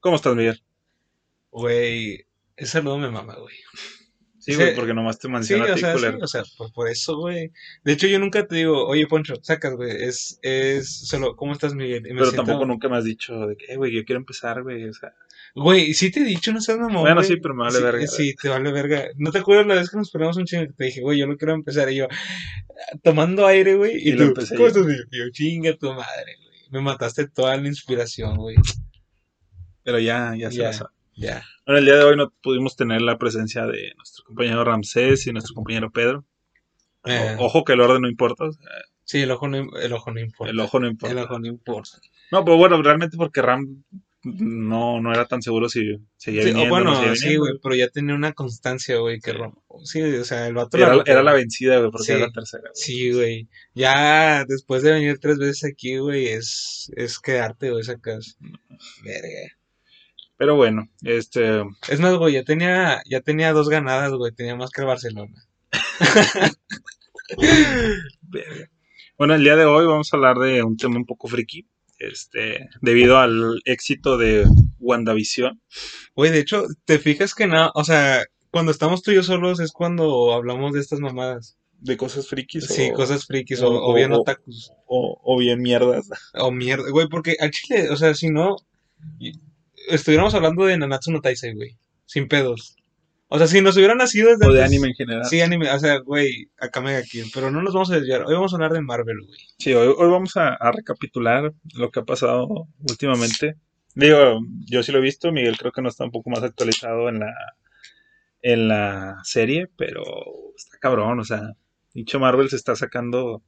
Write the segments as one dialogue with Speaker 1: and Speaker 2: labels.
Speaker 1: ¿Cómo estás, Miguel?
Speaker 2: Güey, ese saludo me mama, güey.
Speaker 1: Sí,
Speaker 2: Sí.
Speaker 1: güey, porque nomás te
Speaker 2: Sí,
Speaker 1: menciona a
Speaker 2: o
Speaker 1: ti,
Speaker 2: sea, sí,
Speaker 1: culero.
Speaker 2: o sea, por, por eso, güey. De hecho, yo nunca te digo, oye, Poncho, sacas, güey. Es, es solo, ¿cómo estás, Miguel? Y me
Speaker 1: Pero
Speaker 2: siento-
Speaker 1: tampoco nunca me has dicho de que, "Eh, güey, yo quiero empezar, güey. O sea,
Speaker 2: Güey, sí te he dicho, no seas mamón,
Speaker 1: Bueno,
Speaker 2: güey.
Speaker 1: sí, pero me vale
Speaker 2: sí,
Speaker 1: verga,
Speaker 2: Sí, te vale verga. ¿No te acuerdas la vez que nos peleamos un chingo? que Te dije, güey, yo no quiero empezar. Y yo, ah, tomando aire, güey. Y,
Speaker 1: Y lo
Speaker 2: tú,
Speaker 1: empecé
Speaker 2: ¿cómo
Speaker 1: yo.
Speaker 2: estás, Miguel? Y yo, chinga tu madre, güey. Me mataste toda la inspiración, güey.
Speaker 1: pero ya, ya se
Speaker 2: Ya.
Speaker 1: la sabe.
Speaker 2: Ya.
Speaker 1: Bueno, el día de hoy no pudimos tener la presencia de nuestro compañero Ramsés y nuestro compañero Pedro. O-
Speaker 2: Eh,
Speaker 1: Ojo que el orden no importa, o sea,
Speaker 2: Sí, el ojo no, im- el ojo no importa.
Speaker 1: el ojo no
Speaker 2: El
Speaker 1: importa.
Speaker 2: ojo no importa.
Speaker 1: No, pero bueno, realmente porque Ram no, no era tan seguro si seguía
Speaker 2: Sí, o
Speaker 1: viniendo o no
Speaker 2: bueno,
Speaker 1: seguía
Speaker 2: sí,
Speaker 1: viniendo.
Speaker 2: güey, pero ya tenía una constancia, güey, que
Speaker 1: Sí.
Speaker 2: Rom- Sí, o sea, el vato
Speaker 1: Era,
Speaker 2: la-
Speaker 1: era la vencida, güey, porque
Speaker 2: Sí.
Speaker 1: era la tercera. güey.
Speaker 2: Sí, güey. Ya después de venir tres veces aquí, güey, es, es quedarte, güey, sacas. Verga.
Speaker 1: Pero bueno, este,
Speaker 2: Es más, güey, ya tenía, ya tenía dos ganadas, güey, tenía más que el Barcelona.
Speaker 1: Verga. Bueno, el día de hoy vamos a hablar de un tema un poco friki. Este, debido al éxito de WandaVision.
Speaker 2: Güey, de hecho, te fijas que no, o sea, cuando estamos tú y yo solos es cuando hablamos de estas mamadas.
Speaker 1: De cosas frikis.
Speaker 2: Sí,
Speaker 1: o,
Speaker 2: cosas frikis
Speaker 1: o-
Speaker 2: o, o bien
Speaker 1: o-
Speaker 2: otakus.
Speaker 1: O, o bien mierdas.
Speaker 2: O mierda, güey, porque al chile, o sea, si no, y- estuviéramos hablando de Nanatsu no Taisei, güey, sin pedos. O sea, si nos hubieran nacido desde
Speaker 1: O de
Speaker 2: antes-
Speaker 1: anime en general. Sí,
Speaker 2: Sí, anime, o sea, güey, acá me Kill, pero no nos vamos a desviar. Hoy vamos a hablar de Marvel, güey.
Speaker 1: hoy, hoy vamos a, a recapitular lo que ha pasado últimamente. Digo, yo sí lo he visto. Miguel creo que no está un poco más actualizado en la, en la serie, pero está cabrón. O sea, dicho Marvel se está sacando.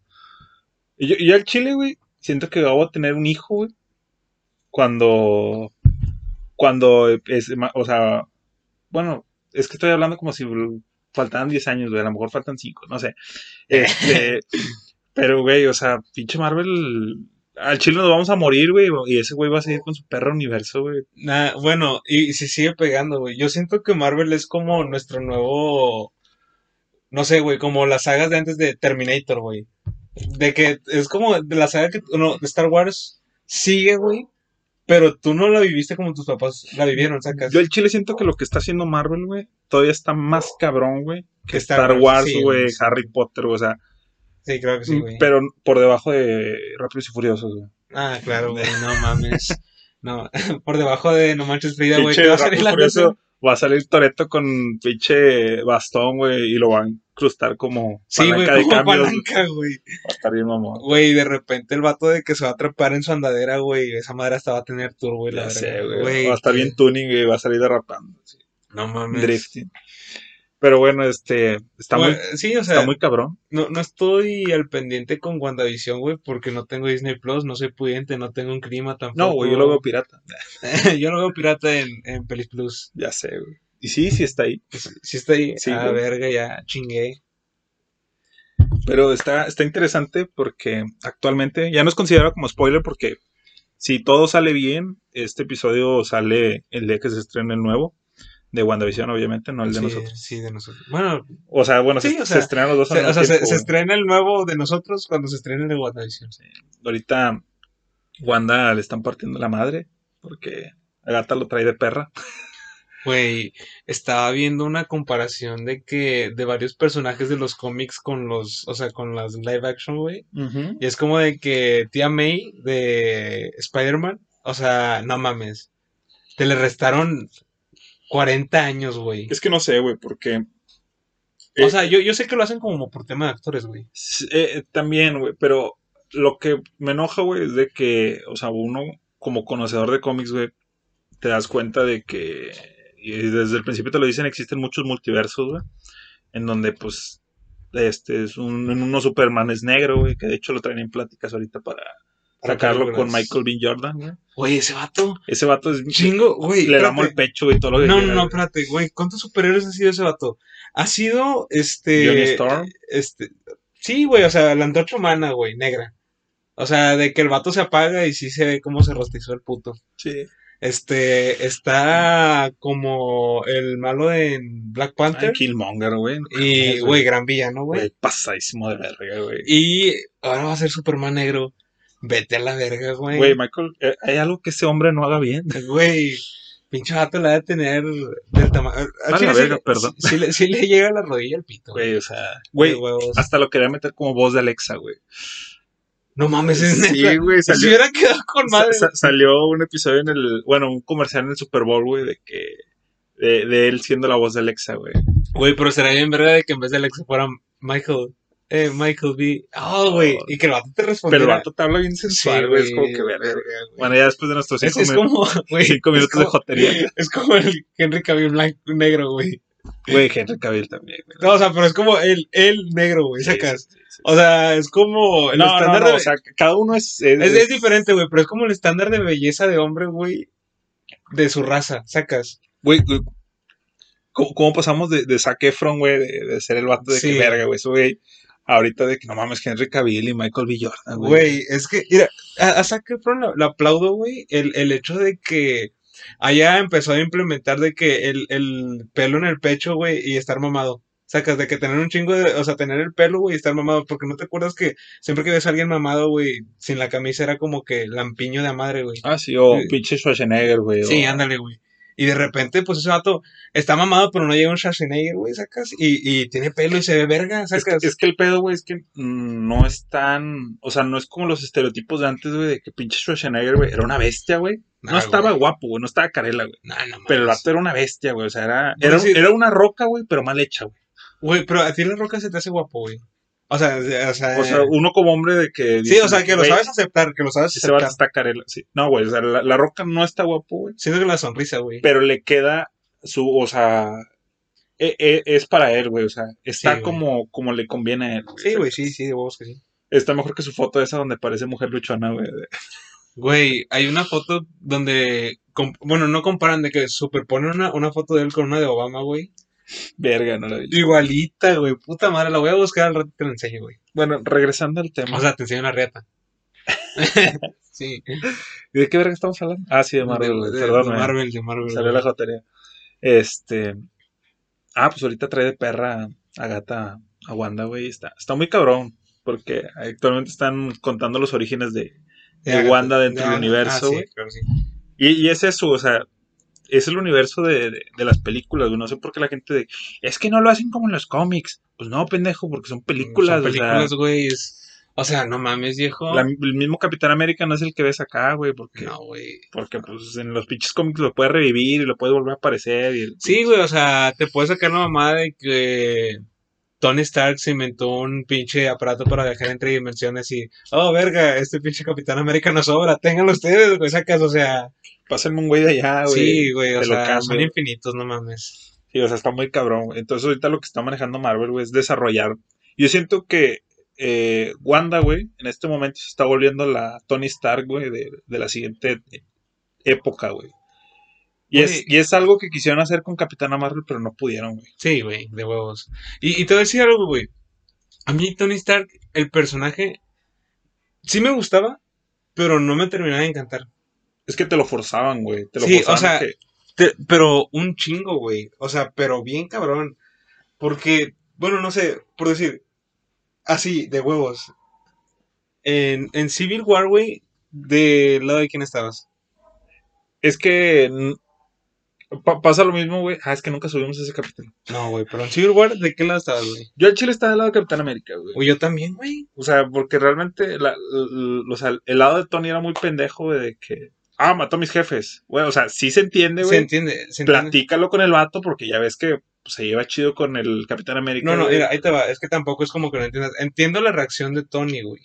Speaker 1: Y yo, y yo al chile, güey, siento que voy a tener un hijo, güey. Cuando. Cuando es. ma- O sea. Bueno, es que estoy hablando como si faltaran 10 años, güey. A lo mejor faltan 5, no sé. Este. pero, güey, o sea, pinche Marvel. Al chile nos vamos a morir, güey. Y ese güey va a seguir con su perro universo, güey.
Speaker 2: Nah, bueno, y, se sigue pegando, güey. Yo siento que Marvel es como nuestro nuevo, no sé, güey, como las sagas de antes de Terminator, güey. De que es como de la saga que, no, de Star Wars sigue, güey, pero tú no la viviste como tus papás la vivieron, sacas.
Speaker 1: Yo al chile siento que lo que está haciendo Marvel, güey, todavía está más cabrón, güey, que Star, Wars,
Speaker 2: sí,
Speaker 1: güey,
Speaker 2: sí.
Speaker 1: Harry Potter, güey, o sea, mm,
Speaker 2: Sí, claro que sí, güey.
Speaker 1: pero por debajo de Rápidos y Furiosos, güey.
Speaker 2: Ah, claro, güey, no mames. No, por debajo de No Manches Frida, güey,
Speaker 1: Pinche
Speaker 2: te va a salir
Speaker 1: Rápidos y
Speaker 2: la
Speaker 1: Furiosos va a salir Toreto con pinche bastón, güey, y lo van a incrustar como
Speaker 2: Sí, güey,
Speaker 1: palanca de
Speaker 2: como
Speaker 1: cambios.
Speaker 2: palanca, güey.
Speaker 1: Va a estar bien mamón.
Speaker 2: Güey, de repente el vato de que se va a trepar en su andadera, güey, esa madre hasta va a tener turbo, güey, la
Speaker 1: Ya
Speaker 2: verga.
Speaker 1: sé, güey. Va a estar
Speaker 2: qué-
Speaker 1: bien tuning, güey, va a salir derrapando, sí,
Speaker 2: No mames.
Speaker 1: drifting. Pero bueno, este, está
Speaker 2: Güey,
Speaker 1: muy,
Speaker 2: sí, o sea,
Speaker 1: está muy cabrón.
Speaker 2: no, no estoy al pendiente con WandaVision, güey, porque no tengo Disney Plus, no soy pudiente, no tengo un clima tampoco.
Speaker 1: No, güey, yo lo veo pirata.
Speaker 2: yo lo veo pirata en, en Pelis Plus.
Speaker 1: Ya sé, güey. Y sí, sí está ahí.
Speaker 2: Sí está ahí.
Speaker 1: Sí,
Speaker 2: ah,
Speaker 1: güey.
Speaker 2: verga, ya chingué.
Speaker 1: Pero está, está interesante porque actualmente ya no es considerado como spoiler porque si todo sale bien, este episodio sale el día que se estrena el nuevo de WandaVision, obviamente, no el de
Speaker 2: sí,
Speaker 1: nosotros.
Speaker 2: sí, de nosotros. Bueno,
Speaker 1: O sea, bueno,
Speaker 2: Sí,
Speaker 1: se,
Speaker 2: o sea,
Speaker 1: se estrenan los dos
Speaker 2: se-
Speaker 1: al
Speaker 2: o
Speaker 1: mismo
Speaker 2: sea, se,
Speaker 1: tiempo,
Speaker 2: se
Speaker 1: güey.
Speaker 2: estrena el nuevo de nosotros cuando se estrena el de WandaVision.
Speaker 1: Ahorita Wanda le están partiendo la madre porque la gata lo trae de perra.
Speaker 2: Güey, estaba viendo una comparación de que de varios personajes de los cómics con los, o sea, con las live action, güey. Y es como de que tía May de Spider-Man, o sea, no mames. Te le restaron 40 años, güey.
Speaker 1: Es que no sé, güey, porque
Speaker 2: O sea, yo, yo sé que lo hacen como por tema de actores, güey.
Speaker 1: Sí, eh, eh, también, güey, pero lo que me enoja, güey, es de que, o sea, uno como conocedor de cómics, güey, te das cuenta de que, y desde el principio te lo dicen, existen muchos multiversos, güey, en donde, pues, este es un, en uno Superman es negro, güey, que de hecho lo traen en pláticas ahorita para
Speaker 2: Para
Speaker 1: sacarlo con
Speaker 2: películas.
Speaker 1: Michael B. Jordan, güey.
Speaker 2: Güey, ese vato,
Speaker 1: Ese vato es...
Speaker 2: chingo, güey.
Speaker 1: le
Speaker 2: espérate.
Speaker 1: damos el pecho, güey, todo lo que
Speaker 2: No, no,
Speaker 1: quiera,
Speaker 2: no,
Speaker 1: güey.
Speaker 2: espérate, güey. ¿Cuántos superhéroes ha sido ese vato? Ha sido este.
Speaker 1: Johnny Storm.
Speaker 2: Este. Sí, güey, o sea, la antorcha humana, güey, negra. O sea, de que el vato se apaga y sí se ve cómo se rostizó el puto.
Speaker 1: Sí.
Speaker 2: Este. Está como el malo en Black Panther.
Speaker 1: Ay, Killmonger, güey. no
Speaker 2: y,
Speaker 1: mames,
Speaker 2: güey, gran villano, güey.
Speaker 1: Güey, pasadísimo de verga, güey.
Speaker 2: Y ahora va a ser Superman negro. Vete a la verga, güey.
Speaker 1: Güey, Michael, eh, hay algo que ese hombre no haga bien.
Speaker 2: Güey. Pinche vato la ha de tener del tamaño.
Speaker 1: A la verga, perdón.
Speaker 2: Sí, le, sí le llega a la rodilla al pito.
Speaker 1: Güey, o sea, güey,
Speaker 2: De huevos.
Speaker 1: hasta lo quería meter como voz de Alexa, güey.
Speaker 2: No mames, es
Speaker 1: Sí,
Speaker 2: neta.
Speaker 1: güey,
Speaker 2: Si
Speaker 1: salió-
Speaker 2: hubiera quedado con madre.
Speaker 1: Sa- sa- salió un episodio en el, bueno, un comercial en el Super Bowl, güey, de que, de, de él siendo la voz de Alexa, güey.
Speaker 2: Güey, pero será bien verga de que en vez de Alexa fuera Michael. Eh, Michael B. Oh, güey.
Speaker 1: Oh.
Speaker 2: Y que el vato te respondiera.
Speaker 1: Pero el vato te habla bien sensual, güey, es como que verga. Bueno, ya después de nuestros
Speaker 2: Es,
Speaker 1: cinco,
Speaker 2: es
Speaker 1: minu-
Speaker 2: como, güey,
Speaker 1: cinco
Speaker 2: es
Speaker 1: minutos de
Speaker 2: como-
Speaker 1: jotería.
Speaker 2: Es como el Henry Cavill blanco, negro, güey.
Speaker 1: Güey, Henry Cavill también, güey.
Speaker 2: No, o sea, pero es como el, el negro, güey,
Speaker 1: Sí,
Speaker 2: sacas.
Speaker 1: sí, sí, sí.
Speaker 2: O sea, es como el
Speaker 1: No, no,
Speaker 2: estándar
Speaker 1: no,
Speaker 2: de...
Speaker 1: o sea, cada uno es... es-
Speaker 2: es, es diferente, güey, pero es como el estándar de belleza de hombre, güey, de su raza, sacas.
Speaker 1: Güey, güey, ¿cómo, cómo pasamos de, de Zac Efron, güey, de, de ser el vato de
Speaker 2: Sí.
Speaker 1: que verga, güey? Eso, güey, ahorita de que no mames, Henry Cavill y Michael B. Jordan, Ah, güey.
Speaker 2: Güey, es que, mira, a, a Zac Efron le, le aplaudo, güey, el, el hecho de que allá empezó a implementar de que el, el pelo en el pecho, güey, y estar mamado. Sacas de que tener un chingo de, o sea, tener el pelo, güey, y estar mamado, porque no te acuerdas que siempre que ves a alguien mamado, güey, sin la camisa era como que lampiño de a madre, güey.
Speaker 1: Ah, sí, o
Speaker 2: Sí.
Speaker 1: pinche Schwarzenegger, güey.
Speaker 2: Sí,
Speaker 1: o-
Speaker 2: ándale, güey. Y de repente, pues ese vato está mamado, pero no llega un Schwarzenegger, güey, sacas. Y, y tiene pelo y se ve verga,
Speaker 1: Es que,
Speaker 2: sacas.
Speaker 1: es que el pedo, güey, es que mm, no es tan. O sea, no es como los estereotipos de antes, güey, de que pinche Schwarzenegger, güey, era una bestia, güey. No
Speaker 2: Ah,
Speaker 1: estaba
Speaker 2: güey.
Speaker 1: guapo, güey, no estaba carela, güey.
Speaker 2: Nah, no
Speaker 1: Pero el
Speaker 2: mames.
Speaker 1: vato era una bestia, güey. O sea, era,
Speaker 2: Pues
Speaker 1: era,
Speaker 2: sí.
Speaker 1: era una roca, güey, pero mal hecha, güey.
Speaker 2: Güey, pero a ti la roca se te hace guapo, güey. O sea, o sea.
Speaker 1: O sea, uno como hombre de que.
Speaker 2: Eh. sí,
Speaker 1: dice,
Speaker 2: o sea, que lo
Speaker 1: güey,
Speaker 2: sabes aceptar, que lo sabes
Speaker 1: Ese vato
Speaker 2: aceptar.
Speaker 1: está carela, sí. No, güey, o sea, la, la roca no está guapo, güey.
Speaker 2: Siento que la sonrisa, güey.
Speaker 1: Pero le queda su. O sea. e- e- es para él, güey. O sea, está
Speaker 2: güey.
Speaker 1: como, como le conviene a él.
Speaker 2: Sí, güey, sí, sí, de huevos que sí.
Speaker 1: Está mejor que su foto esa donde parece mujer luchona, güey. de-
Speaker 2: Güey, hay una foto donde. com- Bueno, no comparan de que superponen una, una foto de él con una de Obama, güey.
Speaker 1: Verga, no la vi.
Speaker 2: Igualita, güey. Puta madre, la voy a buscar al rato y te la enseño, güey.
Speaker 1: Bueno, regresando al tema.
Speaker 2: O sea, te enseño una reta. sí.
Speaker 1: ¿Y ¿De qué verga estamos hablando? Ah, sí, de Marvel. güey.
Speaker 2: de,
Speaker 1: Perdón,
Speaker 2: de
Speaker 1: güey.
Speaker 2: Marvel, de Marvel.
Speaker 1: Salió la
Speaker 2: güey.
Speaker 1: jotería. Este. Ah, pues ahorita trae de perra a gata a Wanda, güey. Está, está muy cabrón. Porque actualmente están contando los orígenes de. de
Speaker 2: Agatha-
Speaker 1: Wanda dentro del
Speaker 2: Agatha-
Speaker 1: universo,
Speaker 2: Ah, sí,
Speaker 1: güey.
Speaker 2: claro, sí.
Speaker 1: Y, y es eso, o sea. Es el universo de, de- de las películas, güey. No sé por qué la gente. de, es que no lo hacen como en los cómics. Pues no, pendejo, porque son películas.
Speaker 2: Son
Speaker 1: o sea,
Speaker 2: películas, güey. es- O sea, no mames, viejo.
Speaker 1: la- el mismo Capitán América no es el que ves acá, güey. Porque
Speaker 2: No, güey.
Speaker 1: Porque pues en los pinches cómics lo puedes revivir y lo puedes volver a aparecer. Y
Speaker 2: Sí, güey, o sea, te puedes sacar la mamada de que Tony Stark se inventó un pinche aparato para viajar entre dimensiones y, oh, verga, este pinche Capitán América nos sobra, ténganlo ustedes, güey, sacas, o sea,
Speaker 1: Pásenme un güey de allá, Ah, güey.
Speaker 2: sí, güey, o
Speaker 1: te lo
Speaker 2: sea,
Speaker 1: cambio,
Speaker 2: son
Speaker 1: güey.
Speaker 2: infinitos, no mames.
Speaker 1: Sí, o sea, está muy cabrón. güey. Entonces ahorita lo que está manejando Marvel, güey, es desarrollar. Yo siento que eh, Wanda, güey, en este momento se está volviendo la Tony Stark, güey, de, de la siguiente eh, época, güey. Y
Speaker 2: Güey.
Speaker 1: es, y es algo que quisieron hacer con Capitana Marvel, pero no pudieron, güey.
Speaker 2: Sí, güey, de huevos. Y, y te voy a decir algo, güey. A mí Tony Stark, el personaje, sí me gustaba, pero no me terminaba de encantar.
Speaker 1: Es que te lo forzaban, güey. Te lo
Speaker 2: Sí, o
Speaker 1: forzaban
Speaker 2: sea,
Speaker 1: a que-
Speaker 2: Te- pero un chingo, güey. O sea, pero bien cabrón. Porque, bueno, no sé, por decir, así, de huevos. En, en Civil War, güey, del lado de quién estabas.
Speaker 1: Es que mm, pa- pasa lo mismo, güey. Ah, es que nunca subimos ese capítulo.
Speaker 2: No, güey, pero en Civil War, ¿de qué lado estabas, güey?
Speaker 1: Yo al Chile estaba del lado de Capitán América, güey.
Speaker 2: Uy, yo también, güey.
Speaker 1: O sea, porque realmente la- l- l- o sea, el lado de Tony era muy pendejo, güey, de que, ah, mató a mis jefes. Güey, o sea, sí se entiende,
Speaker 2: Se
Speaker 1: güey.
Speaker 2: entiende, se entiende.
Speaker 1: Platícalo con el vato porque ya ves que pues, se lleva chido con el Capitán América.
Speaker 2: No, no,
Speaker 1: güey.
Speaker 2: mira, ahí te va. Es que tampoco es como que no entiendas. Entiendo la reacción de Tony, güey.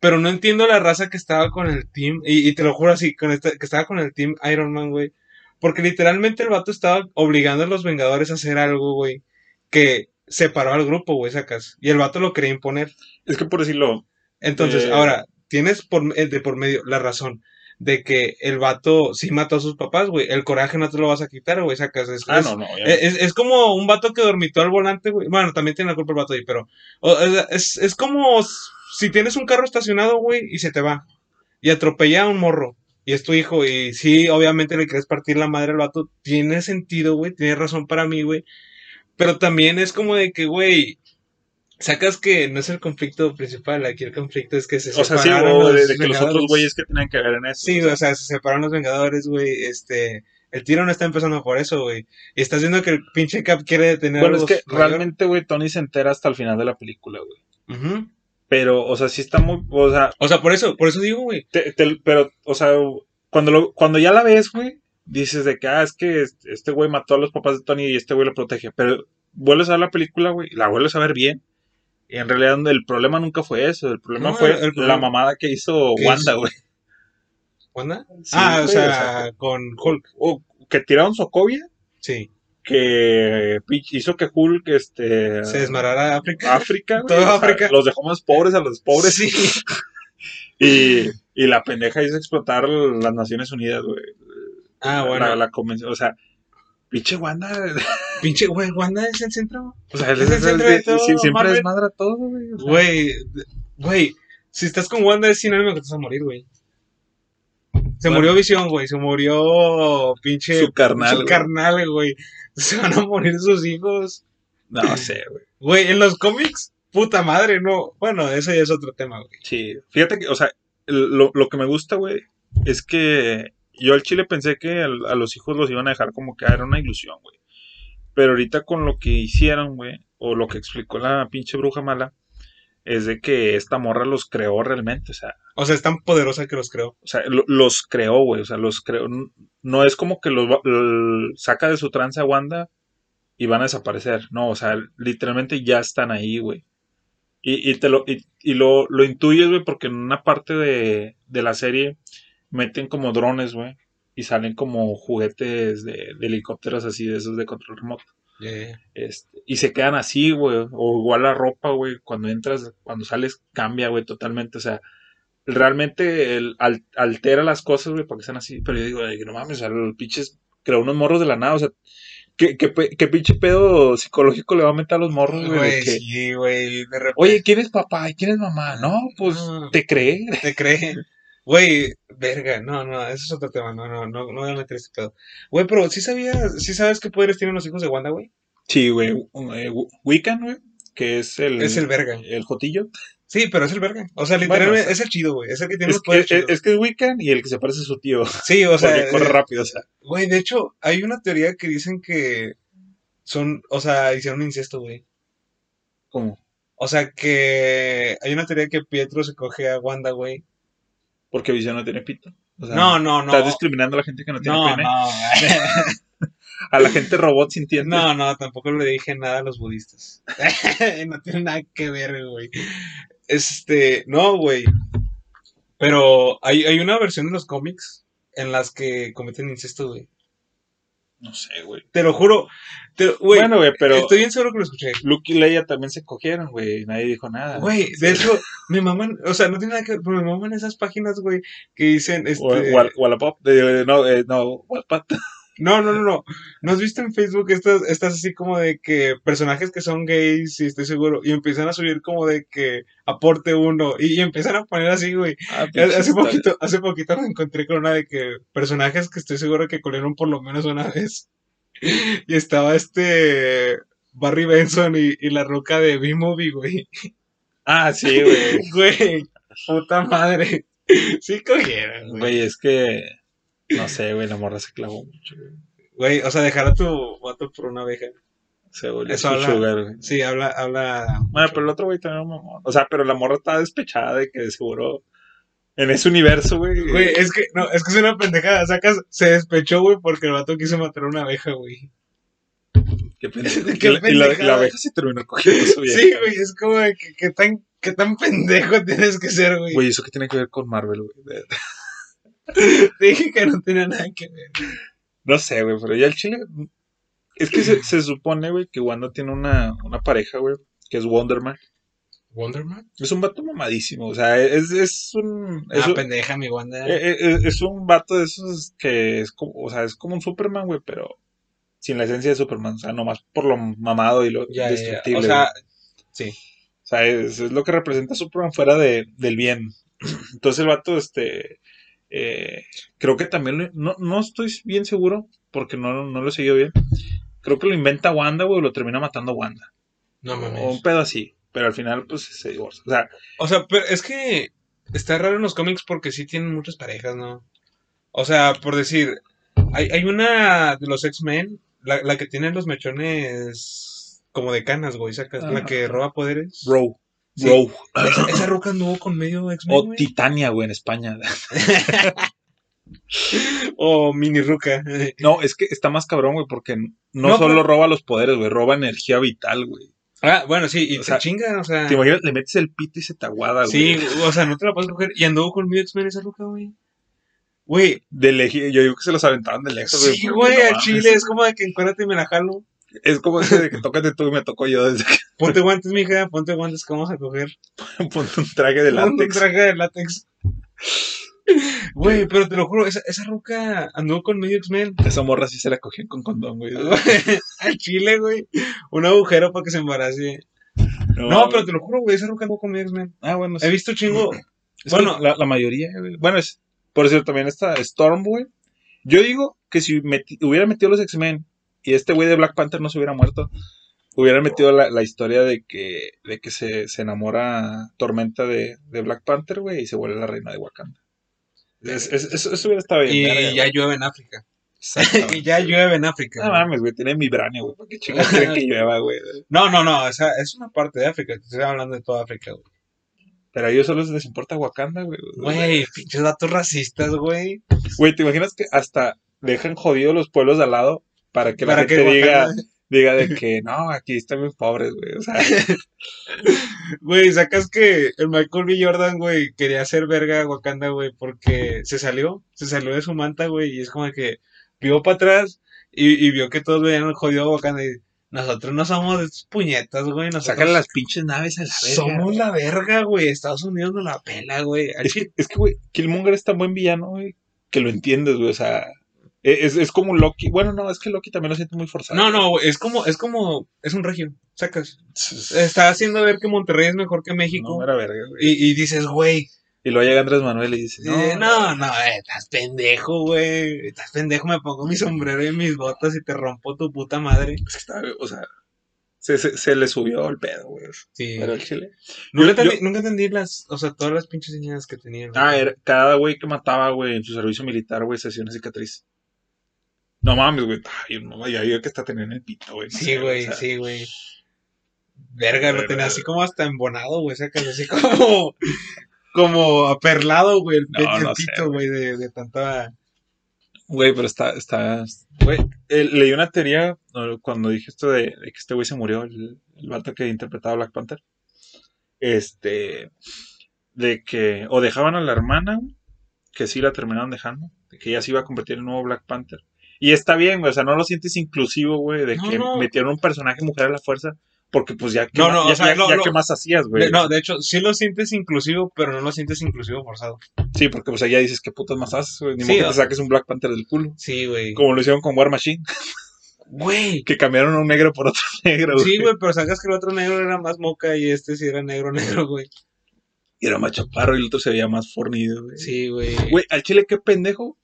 Speaker 2: Pero no entiendo la raza que estaba con el team. Y, y te lo juro así, con esta- que estaba con el team Iron Man, güey. Porque literalmente el vato estaba obligando a los Vengadores a hacer algo, güey. Que separó al grupo, güey, sacas. Y el vato lo quería imponer.
Speaker 1: Es que por decirlo,
Speaker 2: Entonces,
Speaker 1: Eh.
Speaker 2: ahora, tienes por, eh, de por medio la razón de que el vato sí mató a sus papás, güey. El coraje no te lo vas a quitar, güey, sacas. Es-
Speaker 1: ah,
Speaker 2: es-
Speaker 1: no, no, ya-
Speaker 2: eh, Es, es como un vato que dormitó al volante, güey. Bueno, también tiene la culpa el vato ahí, pero. o- o- es, es como si tienes un carro estacionado, güey, y se te va. Y atropella a un morro. Y es tu hijo. Y sí, obviamente le quieres partir la madre al vato. Tiene sentido, güey. Tiene razón para mí, güey. Pero también es como de que, güey. Sacas que no es el conflicto principal. Aquí el conflicto es que se
Speaker 1: o sea, sí,
Speaker 2: separaron
Speaker 1: o de,
Speaker 2: los
Speaker 1: de que los
Speaker 2: Vengadores.
Speaker 1: otros güeyes que tenían que ver en eso.
Speaker 2: Sí, güey, o sea, se separaron los Vengadores, güey. Este, El tiro no está empezando por eso, güey. Y estás viendo que el pinche Cap quiere detener
Speaker 1: Bueno,
Speaker 2: a
Speaker 1: es
Speaker 2: los
Speaker 1: que
Speaker 2: mayor-
Speaker 1: realmente, güey, Tony se entera hasta el final de la película, güey.
Speaker 2: Ujú.
Speaker 1: Pero, o sea, sí está muy. O sea,
Speaker 2: O sea, por eso, por eso digo, güey.
Speaker 1: te- te- pero, o sea, cuando, lo- cuando ya la ves, güey, dices de que, ah, es que es- este güey mató a los papás de Tony y este güey lo protege. Pero vuelves a ver la película, güey, y la vuelves a ver bien. Y en realidad el problema nunca fue eso, el problema
Speaker 2: No,
Speaker 1: fue
Speaker 2: el- el
Speaker 1: la
Speaker 2: problema-
Speaker 1: mamada que hizo
Speaker 2: ¿Qué
Speaker 1: Wanda,
Speaker 2: hizo?
Speaker 1: güey.
Speaker 2: ¿Wanda?
Speaker 1: Sí,
Speaker 2: ah, o
Speaker 1: güey,
Speaker 2: sea,
Speaker 1: sea,
Speaker 2: con Hulk.
Speaker 1: o- que tiraron Sokovia,
Speaker 2: Sí.
Speaker 1: que pinche- hizo que Hulk, este...
Speaker 2: Se desmarará África.
Speaker 1: África, güey,
Speaker 2: Todo
Speaker 1: o sea,
Speaker 2: África.
Speaker 1: los dejó más pobres a los pobres.
Speaker 2: Sí.
Speaker 1: Y, y la pendeja hizo explotar las Naciones Unidas, güey.
Speaker 2: Ah, bueno.
Speaker 1: La, la convención, o sea, pinche Wanda.
Speaker 2: Pinche, güey, Wanda es el centro.
Speaker 1: O sea, él
Speaker 2: Es
Speaker 1: es el
Speaker 2: el centro de
Speaker 1: sí,
Speaker 2: todo,
Speaker 1: siempre
Speaker 2: Marvel.
Speaker 1: desmadra todo, güey. o sea.
Speaker 2: Güey, de- güey, si estás con Wanda es sinónimo que te vas a morir, güey. Se
Speaker 1: Bueno.
Speaker 2: murió Visión, güey, se murió pinche
Speaker 1: Su carnal,
Speaker 2: su
Speaker 1: güey.
Speaker 2: carnal, güey. Se van a morir sus hijos.
Speaker 1: No sé, güey.
Speaker 2: Güey, en los cómics, puta madre, no. Bueno, eso ya es otro tema, güey.
Speaker 1: Sí. Fíjate que, o sea, el- lo, lo que me gusta, güey, es que yo al chile pensé que al- a los hijos los iban a dejar como que ah, era una ilusión, güey. Pero ahorita con lo que hicieron, güey, o lo que explicó la pinche bruja mala, es de que esta morra los creó realmente, o sea.
Speaker 2: O sea, es tan poderosa que los creo.
Speaker 1: O sea, lo- los creó, güey. O sea, los creó. N- No es como que los va- l- saca de su trance a Wanda y van a desaparecer. No, o sea, literalmente ya están ahí, güey. Y, y te lo, y, y lo, lo intuyes, güey, porque en una parte de, de la serie meten como drones, güey. Y salen como juguetes de, de helicópteros así, de esos de control remoto. Este, y se quedan así, güey. O igual la ropa, güey. Cuando entras, cuando sales, cambia, güey, totalmente. O sea, realmente el- al- altera las cosas, güey, para que sean así. Pero yo digo, de que no mames, o sea, los pinches creó unos morros de la nada. O sea, ¿qué, qué, pe- qué pinche pedo psicológico le va a meter a los morros, güey? de
Speaker 2: Güey,
Speaker 1: que,
Speaker 2: sí, güey, de repente
Speaker 1: Oye, ¿quién es papá? ¿Y ¿Quién es mamá? No, pues
Speaker 2: No.
Speaker 1: te creé.
Speaker 2: te cree. Güey, verga, no, no, eso es otro tema, no, no, no, no voy a meter este pedo. Güey, pero sí sabías, sí sabes qué poderes tienen los hijos de Wanda, güey.
Speaker 1: Sí, güey. eh, Wiccan, güey, que es el.
Speaker 2: Es el verga.
Speaker 1: el jotillo.
Speaker 2: Sí, pero es el verga. O sea,
Speaker 1: Bueno,
Speaker 2: literalmente
Speaker 1: o sea,
Speaker 2: es el chido, güey. Es el que tiene
Speaker 1: Es,
Speaker 2: los poderes
Speaker 1: es-
Speaker 2: chidos.
Speaker 1: es que es Wiccan y el que se parece a su tío.
Speaker 2: sí, o sea,
Speaker 1: porque corre
Speaker 2: eh,
Speaker 1: rápido, o sea.
Speaker 2: güey, de hecho, hay una teoría que dicen que son, o sea, hicieron incesto, güey.
Speaker 1: ¿Cómo?
Speaker 2: O sea, que hay una teoría que Pietro se coge a Wanda, güey.
Speaker 1: Porque Visión no tiene pito. O sea,
Speaker 2: No, no, no.
Speaker 1: Estás discriminando a la gente que no tiene
Speaker 2: No,
Speaker 1: pene.
Speaker 2: no,
Speaker 1: A la gente robot sin dientes.
Speaker 2: no, no, tampoco le dije nada a los budistas. no tiene nada que ver, güey. Este, no, güey. Pero hay, hay una versión de los cómics en las que cometen incesto, güey.
Speaker 1: No sé, güey.
Speaker 2: Te lo juro. Te, güey,
Speaker 1: Bueno, güey, pero
Speaker 2: estoy bien seguro que lo escuché.
Speaker 1: Luke y Leia también se cogieron, güey. Nadie dijo nada.
Speaker 2: Güey, de hecho, me maman, o sea, no tiene nada que ver, pero me maman esas páginas, güey, que dicen, este...
Speaker 1: O- o al- o a la pop. Eh, no, eh, no, Wattpad.
Speaker 2: No, no, no, no. ¿No has visto en Facebook estas, estas así como de que personajes que son gays, y estoy seguro, y empiezan a subir como de que aporte uno, y, y empiezan a poner así, güey.
Speaker 1: Ah, pinche
Speaker 2: Hace
Speaker 1: historia.
Speaker 2: poquito, hace poquito me encontré con una de que personajes que estoy seguro que colieron por lo menos una vez. Y estaba este Barry Benson y, y la roca de B-Movie, güey.
Speaker 1: Ah, sí, güey.
Speaker 2: Güey, puta madre. Sí cogieron, güey.
Speaker 1: Güey, es que. No sé, güey, la morra se clavó mucho, güey.
Speaker 2: Güey, o sea, dejar a tu vato por una abeja.
Speaker 1: Se volvió
Speaker 2: Eso
Speaker 1: su
Speaker 2: habla-
Speaker 1: sugar, güey.
Speaker 2: Sí, habla, habla.
Speaker 1: Bueno, pero el otro güey también era un mamón. O sea, pero la morra estaba despechada de que de seguro. En ese universo, güey.
Speaker 2: Güey, es que, no, es que es una pendejada. Sacas, se despechó, güey, porque el vato quiso matar a una abeja, güey.
Speaker 1: Qué pendejo.
Speaker 2: Qué
Speaker 1: Y la- y la,
Speaker 2: pendejada.
Speaker 1: la abeja se terminó cogiendo su vieja.
Speaker 2: Sí, güey, es como de que, que tan, que tan pendejo tienes que ser, güey.
Speaker 1: Güey, ¿eso qué tiene que ver con Marvel, güey?
Speaker 2: Te dije que no tenía nada que ver.
Speaker 1: No sé, güey, pero ya el chile. Es que se, se supone, güey, que Wanda tiene una, una pareja, güey, que es Wonderman.
Speaker 2: ¿Wonderman?
Speaker 1: Es un vato mamadísimo, o sea, es, es un. Es,
Speaker 2: Ah,
Speaker 1: un-
Speaker 2: pendeja, mi Wanda.
Speaker 1: eh, eh, es un vato de esos que es como. O sea, es como un Superman, güey, pero sin la esencia de Superman, o sea, nomás por lo mamado y lo
Speaker 2: ya, ya, ya.
Speaker 1: destructible.
Speaker 2: O sea,
Speaker 1: güey. O sea, es, es lo que representa a Superman fuera de, del bien. Entonces el vato, este, eh, creo que también, lo- no, no estoy bien seguro, porque no, no lo siguió bien. Creo que lo inventa Wanda, güey, o lo termina matando Wanda.
Speaker 2: no
Speaker 1: o un pedo así, pero al final, pues, se divorcia. O sea,
Speaker 2: O sea, pero es que está raro en los cómics porque sí tienen muchas parejas, ¿no? O sea, por decir, Hay, hay una de los X-Men, la, la que tiene los mechones como de canas, güey, sacas, la
Speaker 1: Ah.
Speaker 2: que roba poderes.
Speaker 1: Bro.
Speaker 2: Sí.
Speaker 1: Bro.
Speaker 2: Esa, esa ruca anduvo con medio X-Men.
Speaker 1: O
Speaker 2: güey.
Speaker 1: Titania, güey, en España.
Speaker 2: O mini ruca.
Speaker 1: No, es que está más cabrón, güey, porque no,
Speaker 2: No,
Speaker 1: solo
Speaker 2: pero-
Speaker 1: roba los poderes, güey, roba energía vital, güey.
Speaker 2: Ah, bueno, sí, y
Speaker 1: O
Speaker 2: te
Speaker 1: sea,
Speaker 2: chinga, o sea.
Speaker 1: ¿Te imaginas? Le metes el pito y se te aguada, güey.
Speaker 2: Ah. Sí, o sea, no te la puedes coger. Y anduvo con medio X-Men esa ruca, güey. Güey,
Speaker 1: De leji- yo digo que se los aventaban de lejos,
Speaker 2: sí, güey,
Speaker 1: No
Speaker 2: a
Speaker 1: mames.
Speaker 2: Chile es como de que encuérdate y me la jalo.
Speaker 1: Es como ese de que tócate tú y me toco yo desde que
Speaker 2: Ponte guantes, mija, ponte guantes que vamos a coger.
Speaker 1: ponte un traje de
Speaker 2: Ponte un
Speaker 1: látex.
Speaker 2: traje de látex. Güey, pero te lo juro, esa, esa ruca anduvo con medio X-Men.
Speaker 1: Esa morra sí se la cogían con condón, güey.
Speaker 2: Al chile, güey. Un agujero para que se embarace. No, pero te lo juro, güey, esa ruca anduvo con medio X-Men.
Speaker 1: Ah, bueno,
Speaker 2: He
Speaker 1: sí.
Speaker 2: visto chingo.
Speaker 1: Es que
Speaker 2: Bueno,
Speaker 1: la, la mayoría, güey. Bueno, es, por cierto, también está Storm, güey. Yo digo que si meti- hubiera metido los X-Men y este güey de Black Panther no se hubiera muerto, hubiera metido la, la historia de que, de que se, se enamora Tormenta de, de Black Panther, güey, y se vuelve la reina de Wakanda. Es- es- eso, eso hubiera estado bien.
Speaker 2: y
Speaker 1: verga,
Speaker 2: ya
Speaker 1: güey.
Speaker 2: llueve en África.
Speaker 1: Exactamente.
Speaker 2: Y ya llueve en África.
Speaker 1: No mames, güey, tiene vibranio, güey. ¿Por qué chingados quieren que llueva, güey?
Speaker 2: No, no, no, o sea, es una parte de África, te estoy hablando de toda África, güey.
Speaker 1: Pero a ellos solo les importa Wakanda, güey.
Speaker 2: Güey, pinches datos racistas, güey.
Speaker 1: Güey, ¿te imaginas que hasta dejan jodidos los pueblos de al lado para que la
Speaker 2: Para que
Speaker 1: gente diga,
Speaker 2: Wakanda-
Speaker 1: diga de que no, aquí están bien pobres, güey? O sea,
Speaker 2: Güey, sacas que el Michael B. Jordan, güey, quería hacer verga a Wakanda, güey, porque se salió, se salió de su manta, güey, y es como que vio para atrás y, y vio que todos veían jodido a Wakanda y nosotros no somos de estos puñetas, güey, nosotros
Speaker 1: sacan las pinches naves a la verga.
Speaker 2: somos la verga, güey, Estados Unidos no la pela, güey. Al
Speaker 1: Es
Speaker 2: chile-
Speaker 1: que, es que, güey, Killmonger es tan buen villano, güey, que lo entiendes, güey. O sea, e, es, es como un Loki. Bueno, no, es que Loki también lo siento muy forzado.
Speaker 2: No, no, güey, es como, es como, es un regio, sacas.
Speaker 1: Es,
Speaker 2: Está haciendo ver que Monterrey es mejor que México.
Speaker 1: no, era verga, güey.
Speaker 2: Y, y dices, güey,
Speaker 1: Y luego llega Andrés Manuel y dice,
Speaker 2: eh, no, no, eh, estás pendejo, güey. Estás pendejo, me pongo mi sombrero y mis botas y te rompo tu puta madre.
Speaker 1: Es que estaba, o sea, se, se, se le subió el pedo, güey.
Speaker 2: Sí.
Speaker 1: Pero el chile.
Speaker 2: nunca,
Speaker 1: yo-
Speaker 2: entendí,
Speaker 1: yo-
Speaker 2: nunca entendí las, o sea, todas las pinches señas que tenían.
Speaker 1: Ah, era- cada güey que mataba, güey, en su servicio militar, güey, se hacía una cicatriz. No mames, güey. Ay, no, ya yo que está teniendo el pito, güey. no
Speaker 2: Sí,
Speaker 1: sé,
Speaker 2: güey,
Speaker 1: o sea,
Speaker 2: sí, güey. Verga, lo
Speaker 1: Verga,
Speaker 2: tenía así
Speaker 1: verga.
Speaker 2: como hasta embonado, güey, sacas así como, como aperlado, güey, el, pe-
Speaker 1: No,
Speaker 2: el
Speaker 1: no sé,
Speaker 2: pito, güey, de, de tanta...
Speaker 1: Güey, pero está, está. Güey, eh, leí una teoría ¿no? cuando dije esto de, de que este güey se murió, el, el vato que interpretaba a Black Panther. Este. De que. O dejaban a la hermana, güey, que sí la terminaron dejando, de que ella se iba a convertir en el nuevo Black Panther. Y está bien, güey, o sea, no lo sientes inclusivo, güey, de
Speaker 2: No,
Speaker 1: que
Speaker 2: no.
Speaker 1: metieron un personaje mujer a la fuerza, porque pues ya. ¿qué
Speaker 2: No,
Speaker 1: ma-
Speaker 2: no, o
Speaker 1: ya,
Speaker 2: sea,
Speaker 1: ya-
Speaker 2: lo-
Speaker 1: ya
Speaker 2: lo-
Speaker 1: ¿qué más hacías, güey?
Speaker 2: De- no, de hecho, sí lo sientes inclusivo, pero no lo sientes inclusivo forzado.
Speaker 1: Sí, porque pues ya dices, ¿qué putas más haces, güey? Ni
Speaker 2: Sí,
Speaker 1: modo que
Speaker 2: o-
Speaker 1: te saques un Black Panther del culo.
Speaker 2: Sí, güey.
Speaker 1: Como lo hicieron con War Machine,
Speaker 2: Güey,
Speaker 1: que cambiaron a un negro por otro negro, güey.
Speaker 2: Sí, güey, pero sacas que el otro negro era más moca y este sí era negro, negro, güey.
Speaker 1: Y era más chaparro y el otro se veía más fornido, güey.
Speaker 2: Sí, güey.
Speaker 1: Güey, al chile qué pendejo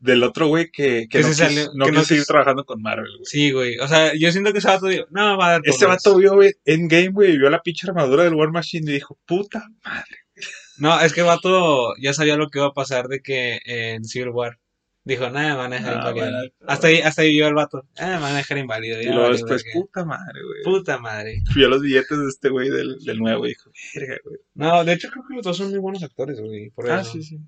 Speaker 1: del otro güey que, que
Speaker 2: Que
Speaker 1: no,
Speaker 2: se
Speaker 1: quiso,
Speaker 2: salió-
Speaker 1: no
Speaker 2: que no
Speaker 1: quiso seguir
Speaker 2: quiso-
Speaker 1: trabajando con Marvel, güey.
Speaker 2: Sí, güey. O sea, yo siento que ese vato dijo, no, va a dar
Speaker 1: Este
Speaker 2: todas".
Speaker 1: vato vio güey, Endgame, güey, y vio la pinche armadura del War Machine y dijo, puta madre.
Speaker 2: No, es que el vato ya sabía lo que iba a pasar de que en Civil War. Dijo, nada, van a dejar
Speaker 1: Ah,
Speaker 2: inválido.
Speaker 1: bueno.
Speaker 2: hasta ahí, hasta ahí vio el vato. Ah, van a dejar inválido.
Speaker 1: Y
Speaker 2: ya
Speaker 1: luego
Speaker 2: valió
Speaker 1: después,
Speaker 2: verga".
Speaker 1: puta madre, güey.
Speaker 2: Puta madre.
Speaker 1: Vio los billetes de este güey del, del nuevo y dijo, verga, güey.
Speaker 2: No, de hecho creo que los dos son muy buenos actores, güey. Por eso.
Speaker 1: Ah, sí, sí.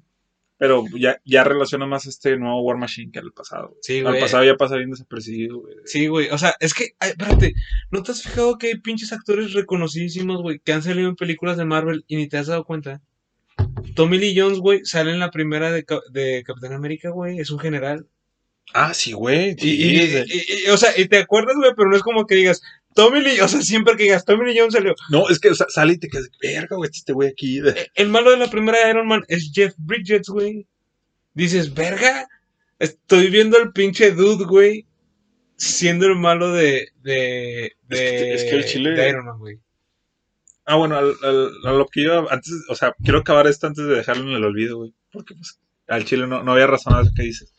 Speaker 1: Pero ya, ya relaciona más este nuevo War Machine que al pasado. güey.
Speaker 2: Sí,
Speaker 1: al
Speaker 2: güey.
Speaker 1: pasado ya pasa bien desapercibido, güey.
Speaker 2: Sí, güey. O sea, es que, ay, espérate, ¿no te has fijado que hay pinches actores reconocidísimos, güey, que han salido en películas de Marvel y ni te has dado cuenta? Tommy Lee Jones, güey, sale en la primera de, Cap- de Capitán América, güey, es un general.
Speaker 1: Ah, sí, güey.
Speaker 2: Y,
Speaker 1: sí,
Speaker 2: y-
Speaker 1: desde-
Speaker 2: y- y- o sea, y te acuerdas, güey, pero no es como que digas, Tommy Lee, o sea, siempre que digas, Tommy Lee Jones salió.
Speaker 1: No, es que o sea, sale y te quedas, verga, güey, este güey aquí. de-
Speaker 2: E- El malo de la primera de Iron Man es Jeff Bridges, güey. Dices, verga, estoy viendo al pinche dude, güey, siendo el malo de, de,
Speaker 1: Es que-
Speaker 2: de-
Speaker 1: es que el chile-
Speaker 2: de Iron Man, güey.
Speaker 1: Ah, bueno, al, al- a lo que iba antes, o sea, quiero acabar esto antes de dejarlo en el olvido, güey. Porque pues, al chile no, no había razón a lo que dices.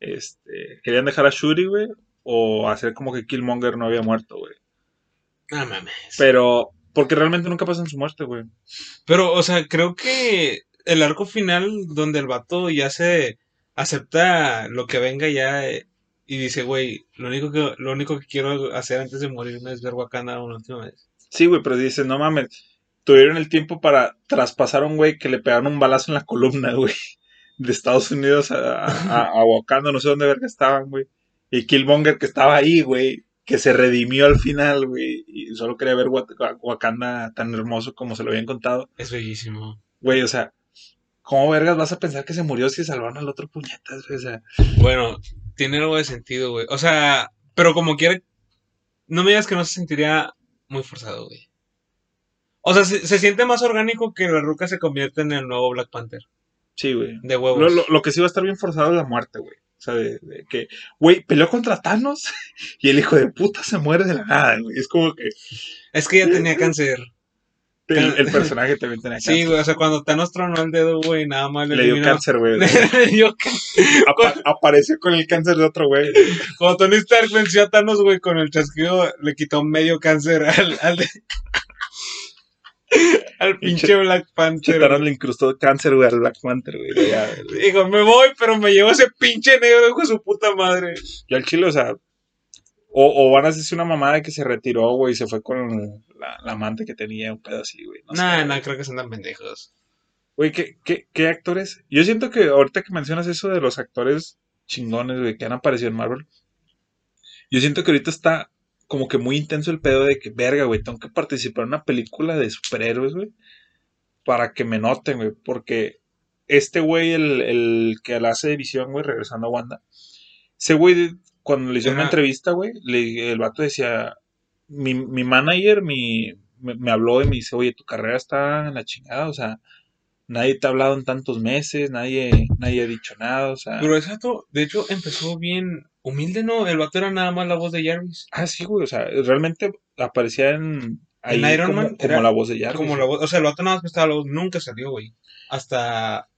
Speaker 1: Este, querían dejar a Shuri, güey, o hacer como que Killmonger no había muerto, güey.
Speaker 2: No mames.
Speaker 1: Pero, porque realmente nunca pasan su muerte, güey.
Speaker 2: Pero, o sea, creo que el arco final donde el vato ya se, acepta lo que venga ya eh, y dice, güey, lo único que, lo único que quiero hacer antes de morirme es ver Wakanda una última vez.
Speaker 1: Sí, güey, pero dices, no mames, tuvieron el tiempo para traspasar a un güey que le pegaron un balazo en la columna, güey, de Estados Unidos a, a, a Wakanda, no sé dónde verga estaban, güey. Y Killmonger que estaba ahí, güey, que se redimió al final, güey, y solo quería ver Wak- Wak- Wakanda tan hermoso como se lo habían contado.
Speaker 2: Es bellísimo.
Speaker 1: Güey, o sea, ¿cómo vergas vas a pensar que se murió si salvaron al otro puñetas, güey? O sea,
Speaker 2: Bueno, tiene algo de sentido, güey. O sea, pero como quiera, no me digas que no se sentiría muy forzado, güey. O sea, se, se siente más orgánico que la ruca se convierta en el nuevo Black Panther.
Speaker 1: sí, güey.
Speaker 2: De huevos.
Speaker 1: Lo, lo- lo que sí va a estar bien forzado es la muerte, güey. O sea, de, de que, güey, peleó contra Thanos y el hijo de puta se muere de la nada, güey. Es como que
Speaker 2: Es que ya tenía cáncer.
Speaker 1: el, el personaje también tenía cáncer.
Speaker 2: Sí, güey. O sea, cuando Thanos tronó el dedo, güey, nada más le,
Speaker 1: Le dio
Speaker 2: eliminó-
Speaker 1: cáncer, güey.
Speaker 2: Le dio cáncer.
Speaker 1: Apa- apareció con el cáncer de otro güey.
Speaker 2: Cuando Tony Stark venció a Thanos, güey, con el chasquido, le quitó medio cáncer al, al, de- al pinche
Speaker 1: Che-
Speaker 2: Black Panther.
Speaker 1: Chetaron le incrustó cáncer, güey, al Black Panther, güey. Ya,
Speaker 2: güey. Digo, me voy, pero me llevo ese pinche negro, hijo de su puta madre.
Speaker 1: Yo al chile, o sea, o, o van a hacerse una mamada que se retiró, güey, y se fue con la, la amante que tenía, un pedo así, güey. No sé,
Speaker 2: Nah,
Speaker 1: güey.
Speaker 2: nah, creo que se andan pendejos.
Speaker 1: Güey, ¿qué, qué, qué actores? Yo siento que ahorita que mencionas eso de los actores chingones, güey, que han aparecido en Marvel, yo siento que ahorita está como que muy intenso el pedo de que, verga, güey, tengo que participar en una película de superhéroes, güey, para que me noten, güey, porque este güey, el, el que la hace de visión, güey, regresando a Wanda, ese güey, cuando le hicieron una
Speaker 2: Ajá.
Speaker 1: entrevista, güey, le- el vato decía, mi, mi manager mi, me, me habló y me dice, oye, tu carrera está en la chingada, o sea, nadie te ha hablado en tantos meses, nadie, nadie ha dicho nada, o sea.
Speaker 2: Pero exacto, de hecho empezó bien humilde, ¿no? El vato era nada más la voz de Jarvis.
Speaker 1: Ah, sí, güey, o sea, realmente aparecía en, ahí
Speaker 2: En Iron
Speaker 1: como,
Speaker 2: Man
Speaker 1: como
Speaker 2: era-
Speaker 1: la voz de Jarvis.
Speaker 2: Como la voz, o sea, el vato nada más prestaba la voz, nunca salió, güey. Hasta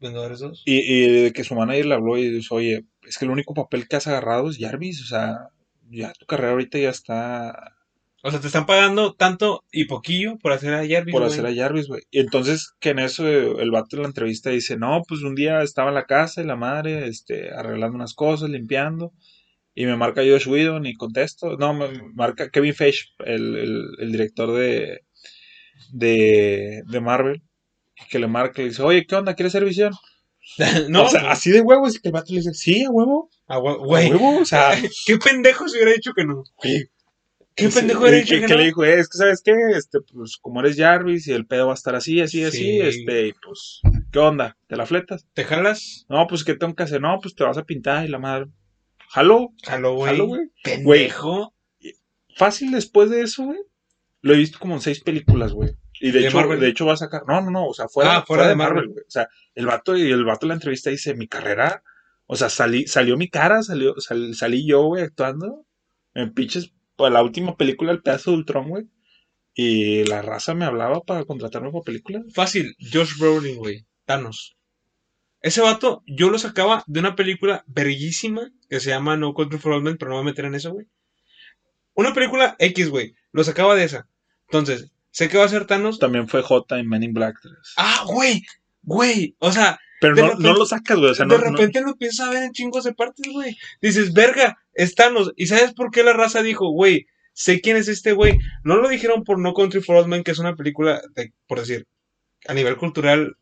Speaker 2: Vengadores 2.
Speaker 1: Y, y de que su manager le habló y dice, oye, es que el único papel que has agarrado es Jarvis, o sea, ya tu carrera ahorita ya está
Speaker 2: O sea, te están pagando tanto y poquillo por hacer a Jarvis,
Speaker 1: por
Speaker 2: güey.
Speaker 1: hacer a Jarvis, güey. Y entonces, que en eso eh, el vato en la entrevista dice, no, pues un día estaba en la casa y la madre, este, arreglando unas cosas, limpiando, y me marca Josh Whedon y contesto, no, me marca Kevin Feige, el, el- el director de, de, de Marvel, que le marca y le dice, oye, ¿qué onda? ¿Quieres ser visión?
Speaker 2: no,
Speaker 1: o sea, así de huevos, y que el vato le dice, sí, a huevo,
Speaker 2: a hue-
Speaker 1: a
Speaker 2: güey.
Speaker 1: huevo, o sea...
Speaker 2: ¿Qué pendejo se hubiera dicho que no?
Speaker 1: Oye,
Speaker 2: ¿Qué
Speaker 1: sí,
Speaker 2: pendejo
Speaker 1: y
Speaker 2: era
Speaker 1: que,
Speaker 2: el que
Speaker 1: que
Speaker 2: no?
Speaker 1: le dijo, "Eh, es que sabes qué, este, pues como eres Jarvis y el pedo va a estar así, así, así,
Speaker 2: Sí.
Speaker 1: este, y pues, ¿qué onda? ¿Te la fletas?
Speaker 2: ¿Te jalas?
Speaker 1: No, pues, ¿qué tengo que hacer? No, pues te vas a pintar y la madre. Jalo,
Speaker 2: Jalo, güey.
Speaker 1: jalo, güey.
Speaker 2: Pendejo.
Speaker 1: Fácil después de eso, güey. Lo he visto como en seis películas, güey. Y de,
Speaker 2: ¿De
Speaker 1: hecho,
Speaker 2: Marvel?
Speaker 1: de hecho va a sacar, no, no, no, o sea, fuera,
Speaker 2: Ah,
Speaker 1: fuera, de Marvel,
Speaker 2: Marvel.
Speaker 1: güey. O sea, el vato, y el vato en la entrevista dice, mi carrera, o sea, salí, salió mi cara, salió, sal- salí yo, güey, actuando en pinches, para la última película, el pedazo de Ultron, güey. Y la raza me hablaba para contratarme para película.
Speaker 2: Fácil. Josh Brolin, güey. Thanos. Ese vato, yo lo sacaba de una película verguísima que se llama No Control for All Men, pero no me voy a meter en eso, güey. Una película X, güey. Lo sacaba de esa. Entonces, sé que va a ser Thanos.
Speaker 1: También fue J en Men in Black 3.
Speaker 2: Ah, güey. Güey. O sea,
Speaker 1: Pero
Speaker 2: de
Speaker 1: no,
Speaker 2: repente-
Speaker 1: no lo sacas, güey. O sea, no,
Speaker 2: de
Speaker 1: no-
Speaker 2: repente lo empiezas a ver en chingos de partes, güey. Dices, verga, estanos. ¿Y sabes por qué la raza dijo, güey, sé quién es este güey? No lo dijeron por No Country for Old Men, que es una película, de- por decir, a nivel cultural,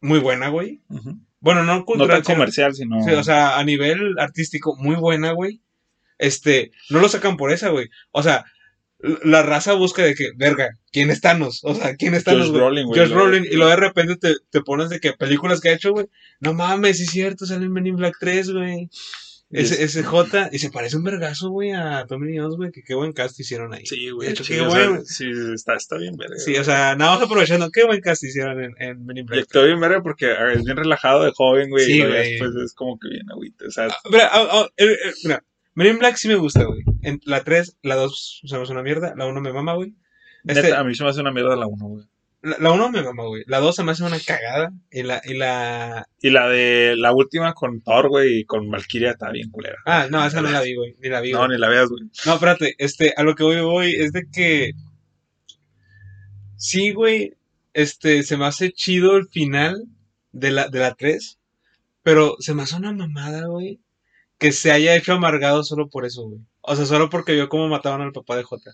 Speaker 2: muy buena, güey.
Speaker 1: Ujú.
Speaker 2: Bueno, no
Speaker 1: no
Speaker 2: cultural,
Speaker 1: tan
Speaker 2: sino-
Speaker 1: comercial, sino...
Speaker 2: sí, o sea, a nivel artístico, muy buena, güey. Este, no lo sacan por esa, güey. O sea, l- la raza busca de que, verga, ¿quién es Thanos? O sea, ¿quién es
Speaker 1: Josh
Speaker 2: Thanos, güey?
Speaker 1: Brolin, güey,
Speaker 2: Josh
Speaker 1: lo-
Speaker 2: Brolin, y luego de repente te, te pones de que películas que ha hecho, güey. No mames, sí es cierto, sale en Men in Black 3, güey. Ese, ese J, y se parece un vergazo, güey, a Tommy Lee Jones, güey, que qué buen cast hicieron ahí.
Speaker 1: Sí, güey.
Speaker 2: De hecho,
Speaker 1: sí,
Speaker 2: qué
Speaker 1: o sea,
Speaker 2: bueno.
Speaker 1: sí, está, está bien, verga.
Speaker 2: Sí, o sea, nada más aprovechando, qué buen cast hicieron en, en Men in
Speaker 1: Y
Speaker 2: Black.
Speaker 1: actuó bien verga porque ah, es bien relajado de joven, güey.
Speaker 2: Sí,
Speaker 1: y luego ya
Speaker 2: güey.
Speaker 1: después es como que bien agüita. O sea,
Speaker 2: Mira, ah, ah, eh, eh, mira, Men in Black sí me gusta, güey. En la 3, la 2 se me hace una mierda, la 1 me mama, güey. Este-
Speaker 1: neta, a mí se me hace una mierda la 1, güey.
Speaker 2: La, la 1 me mama, güey. La 2 se me hace una cagada. Y la, y la...
Speaker 1: Y la de la última con Thor, güey, y con Valkyria está bien culera.
Speaker 2: Ah, no, esa no la vi, güey. Ni la vi,
Speaker 1: No,
Speaker 2: güey.
Speaker 1: ni la veas, güey.
Speaker 2: No, espérate, este, a lo que voy, voy, es de que. Sí, güey. Este, se me hace chido el final de la, de la 3. Pero se me hace una mamada, güey, que se haya hecho amargado solo por eso, güey. O sea, solo porque vio cómo mataban al papá de Jota.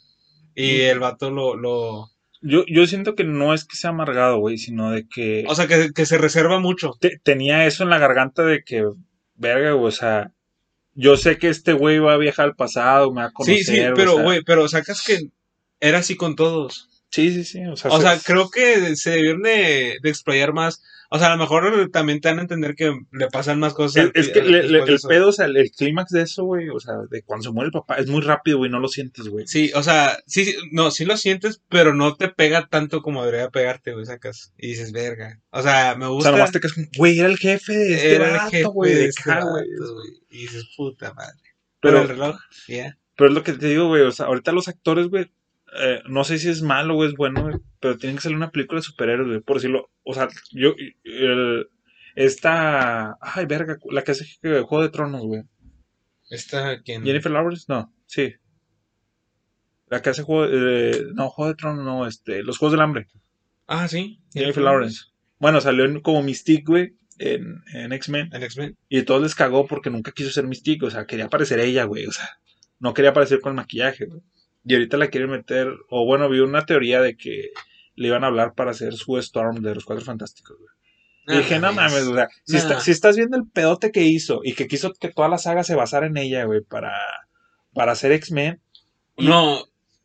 Speaker 2: Y el vato lo, lo...
Speaker 1: Yo, yo siento que no es que sea amargado, güey, sino de que
Speaker 2: O sea, que, que se reserva mucho.
Speaker 1: te- tenía eso en la garganta de que, verga, güey, o sea, yo sé que este güey va a viajar al pasado, me va a conocer.
Speaker 2: Sí, sí,
Speaker 1: o
Speaker 2: pero,
Speaker 1: sea,
Speaker 2: güey, pero sacas que era así con todos.
Speaker 1: Sí, sí, sí, o sea,
Speaker 2: O
Speaker 1: se-
Speaker 2: sea, creo que se debieron de, de explayar más. O sea, a lo mejor también te van a entender que le pasan más cosas.
Speaker 1: Es, es que
Speaker 2: al-
Speaker 1: le- le-
Speaker 2: eh, después de
Speaker 1: el
Speaker 2: eso.
Speaker 1: pedo, o sea, el, el clímax de eso, güey, o sea, de cuando se muere el papá, es muy rápido, güey, no lo sientes, güey.
Speaker 2: Sí, o sea, sí, sí, no, sí lo sientes, pero no te pega tanto como debería pegarte, güey, sacas. Y dices, verga. O sea, me
Speaker 1: O
Speaker 2: gusta.
Speaker 1: sea, nomás te quedas como, güey, era el jefe de este
Speaker 2: era el jefe
Speaker 1: vato, güey,
Speaker 2: de
Speaker 1: de
Speaker 2: este
Speaker 1: acá,
Speaker 2: vato,
Speaker 1: güey.
Speaker 2: güey. Y dices, puta madre. Pero el
Speaker 1: Pero,
Speaker 2: reloj, ya.
Speaker 1: pero es lo que te digo, güey, o sea, ahorita los actores, güey, eh, no sé si es malo o es bueno, güey, pero tienen que salir una película de superhéroes, güey, por decirlo. O sea, yo, el- esta, ay, verga, la que hace eh, Juego de Tronos, güey.
Speaker 2: Esta, ¿quién?
Speaker 1: Jennifer Lawrence, no, sí. La que hace Juego, eh, no, Juego de Tronos, no, este, Los Juegos del Hambre.
Speaker 2: Ah, sí.
Speaker 1: Jennifer Lawrence. Bueno, salió en- como Mystique, güey, en, en X-Men.
Speaker 2: El X-Men.
Speaker 1: Y todos les cagó porque nunca quiso ser Mystique. O sea, quería aparecer ella, güey. O sea, no quería aparecer con maquillaje, güey. Y ahorita la quieren meter. O bueno, vi una teoría de que le iban a hablar para hacer su Storm de los Cuatro Fantásticos, güey. Y dije, no mames, o sea, si,
Speaker 2: Ah, Nah.
Speaker 1: está- si estás viendo el pedote que hizo y que quiso que toda la saga se basara en ella, güey, para, para hacer X-Men.
Speaker 2: No,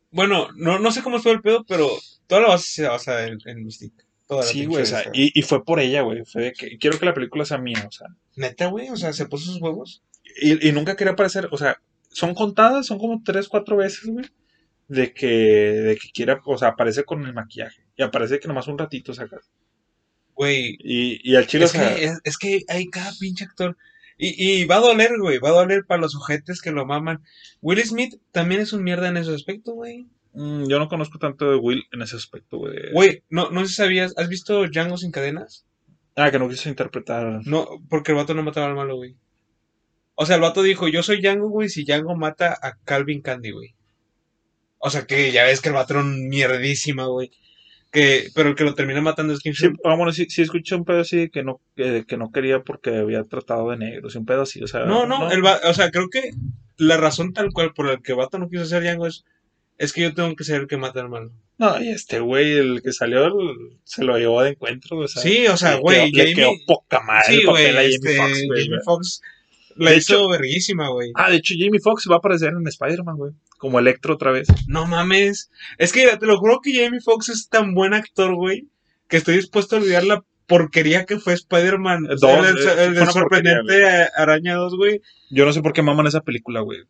Speaker 2: bueno, no, no sé cómo estuvo el pedo, pero toda la base se basa en, en Mystique. Toda la
Speaker 1: Sí,
Speaker 2: pinche
Speaker 1: güey, o sea,
Speaker 2: esta.
Speaker 1: y, y fue por ella, güey. Fue de que quiero que la película sea mía, o sea.
Speaker 2: Neta, güey, o sea, se puso sus huevos.
Speaker 1: Y, y nunca quería aparecer, o sea, son contadas, son como tres, cuatro veces, güey, de que, de que quiera, o sea, aparece con el maquillaje. Y aparece que nomás un ratito saca.
Speaker 2: Güey,
Speaker 1: Y, y al chile,
Speaker 2: es
Speaker 1: o sea,
Speaker 2: que, es, es que hay cada pinche actor. Y, y va a doler, güey, va a doler para los ojetes que lo maman. Will Smith también es un mierda en ese aspecto, güey.
Speaker 1: mm, yo no conozco tanto de Will en ese aspecto, güey. de-
Speaker 2: Güey, no, no sé si sabías, ¿has visto Django sin cadenas?
Speaker 1: Ah, que no quiso interpretar.
Speaker 2: No, porque el vato no mataba al malo, güey. O sea, el vato dijo, yo soy Django, güey, si Django mata a Calvin Candy, güey. O sea, que ya ves que el vato era un mierdísima, güey. Que, pero el que lo termina matando es King
Speaker 1: Sí, ah, bueno, sí, sí escuché un pedo así de que no, que, que no quería porque había tratado de negros, y un pedo así, o sea.
Speaker 2: No, no, el va- o sea, creo que la razón tal cual por la que Vato no quiso ser Django es, es que yo tengo que ser el que mata al malo.
Speaker 1: No, y este güey, el que salió, el- se lo llevó de encuentro, o sea.
Speaker 2: sí, o sea,
Speaker 1: le
Speaker 2: güey,
Speaker 1: quedó-
Speaker 2: Jamie.
Speaker 1: Le quedó poca madre
Speaker 2: sí,
Speaker 1: el papel a
Speaker 2: güey,
Speaker 1: Jamie
Speaker 2: este,
Speaker 1: Foxx, güey,
Speaker 2: Jamie
Speaker 1: güey.
Speaker 2: Fox la
Speaker 1: De
Speaker 2: hizo
Speaker 1: hecho-
Speaker 2: verguísima, güey.
Speaker 1: Ah, de hecho, Jamie Foxx va a aparecer en Spider-Man, güey. Como Electro otra vez.
Speaker 2: No mames. Es que te lo juro que Jamie Foxx es tan buen actor, güey, que estoy dispuesto a olvidar la porquería que fue Spider-Man.
Speaker 1: Eh,
Speaker 2: O sea,
Speaker 1: dos,
Speaker 2: el, el-
Speaker 1: eh,
Speaker 2: el
Speaker 1: fue una
Speaker 2: sorprendente Araña 2, güey.
Speaker 1: Yo no sé por qué maman esa película, güey. So-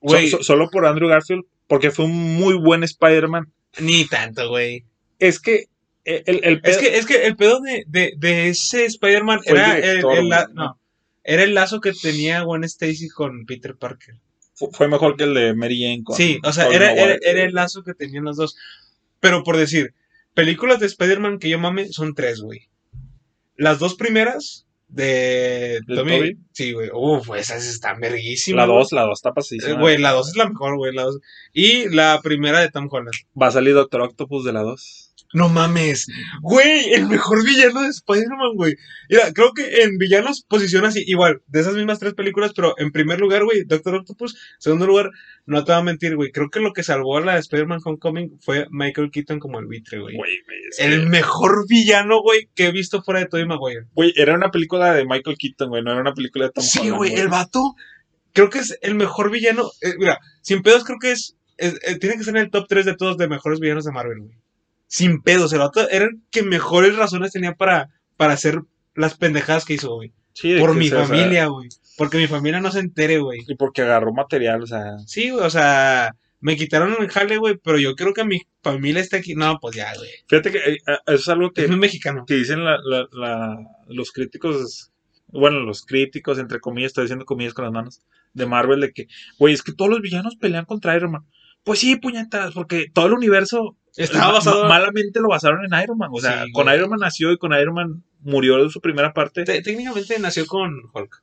Speaker 2: Güey,
Speaker 1: so- solo por Andrew Garfield, porque fue un muy buen Spider-Man.
Speaker 2: ni tanto, güey.
Speaker 1: Es que el, el- el
Speaker 2: Es
Speaker 1: pedo-
Speaker 2: que, es que el pedo de, de, de ese Spider-Man
Speaker 1: Fue el
Speaker 2: era el,
Speaker 1: director,
Speaker 2: el la-
Speaker 1: güey, ¿no?
Speaker 2: no, era el lazo que tenía Gwen Stacy con Peter Parker.
Speaker 1: fu- fue mejor que el de Mary Jane con
Speaker 2: sí, o sea,
Speaker 1: Tobey
Speaker 2: era, era,
Speaker 1: Maguire.
Speaker 2: era el lazo que tenían los dos. Pero por decir, películas de Spider-Man que yo mame son tres, güey. Las dos primeras de
Speaker 1: ¿De
Speaker 2: Tommy.
Speaker 1: Tobey?
Speaker 2: Sí, güey. Uf, esas están verguísimas.
Speaker 1: La
Speaker 2: güey.
Speaker 1: 2, la 2 está
Speaker 2: Eh,
Speaker 1: pasadísima.
Speaker 2: Güey, la dos es la mejor, güey. La dos. Y la primera de Tom Holland.
Speaker 1: Va a salir Doctor Octopus de la 2.
Speaker 2: No mames. Güey, el mejor villano de Spider-Man, güey. Mira, creo que en villanos posiciona así, igual, de esas mismas tres películas, pero en primer lugar, güey, Doctor Octopus. Segundo lugar, no te voy a mentir, güey. Creo que lo que salvó a la de Spider-Man Homecoming fue Michael Keaton como el buitre, güey.
Speaker 1: Güey, güey, es que-
Speaker 2: El mejor villano, güey, que he visto fuera de Tobey Maguire.
Speaker 1: güey, era una película de Michael Keaton, güey, no era una película de Tom
Speaker 2: Sí,
Speaker 1: Holland,
Speaker 2: güey, el vato. Creo que es el mejor villano. eh, mira, sin pedos, creo que es. es- eh, tiene que estar en el top 3 de todos de mejores villanos de Marvel, güey. Sin pedos, el vato era el que mejores razones tenía para, para hacer las pendejadas que hizo, güey.
Speaker 1: Sí, de
Speaker 2: Por
Speaker 1: que,
Speaker 2: mi
Speaker 1: o sea,
Speaker 2: familia, güey. Porque mi familia no se entere, güey.
Speaker 1: Y porque agarró material, o sea.
Speaker 2: Sí, güey, o sea, me quitaron el jale, güey, pero yo quiero que mi familia esté aquí. No, pues ya, güey.
Speaker 1: Fíjate que eh, eh, eso es algo que
Speaker 2: Es muy mexicano.
Speaker 1: que dicen la- la- la- los críticos, bueno, los críticos, entre comillas, estoy diciendo comillas con las manos, de Marvel, de que, güey, es que todos los villanos pelean contra Iron Man. Pues sí, puñetas, porque todo el universo
Speaker 2: Estaba
Speaker 1: ma-
Speaker 2: basado.
Speaker 1: ma- malamente lo basaron en Iron Man. O sea,
Speaker 2: Sí,
Speaker 1: con
Speaker 2: güey.
Speaker 1: Iron Man nació y con Iron Man murió de su primera parte.
Speaker 2: te- técnicamente nació con Hulk.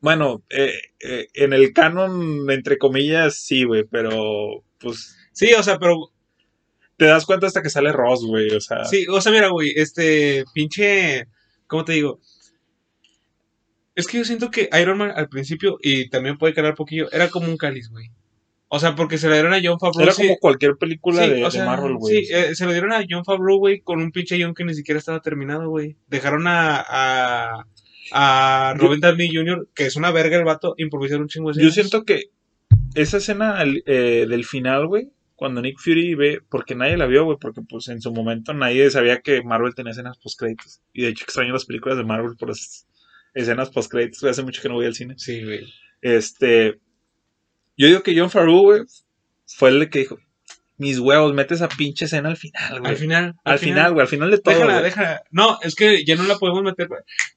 Speaker 1: Bueno, eh, eh, en el canon, entre comillas, sí, güey, pero pues
Speaker 2: Sí, o sea, pero
Speaker 1: te das cuenta hasta que sale Ross, güey. O sea,
Speaker 2: Sí, o sea, mira, güey, este pinche, ¿cómo te digo? Es que yo siento que Iron Man al principio, y también puede calar poquillo, era como un cáliz, güey. O sea, porque se la dieron a John Favreau.
Speaker 1: Era
Speaker 2: sí-
Speaker 1: como cualquier película
Speaker 2: sí,
Speaker 1: de,
Speaker 2: o
Speaker 1: de
Speaker 2: sea,
Speaker 1: Marvel, güey.
Speaker 2: Sí, eh, se lo dieron a John Favreau, güey, con un pinche John que ni siquiera estaba terminado, güey. Dejaron a, a, a
Speaker 1: Yo-
Speaker 2: Robert Downey Jr., que es una verga el vato, improvisar un chingo de
Speaker 1: Yo
Speaker 2: escenas.
Speaker 1: siento que esa escena al- eh, del final, güey, cuando Nick Fury ve, porque nadie la vio, güey, porque pues en su momento nadie sabía que Marvel tenía escenas post créditos. Y de hecho extraño las películas de Marvel por las escenas post créditos. Hace mucho que no voy al cine.
Speaker 2: Sí, güey.
Speaker 1: Este, yo digo que John Favreau, güey, fue el que dijo, mis huevos, mete esa pinche escena al final, güey.
Speaker 2: Al
Speaker 1: Al,
Speaker 2: final.
Speaker 1: final, güey, al final de todo.
Speaker 2: Déjala,
Speaker 1: güey.
Speaker 2: déjala. No, es que ya no la podemos meter. güey.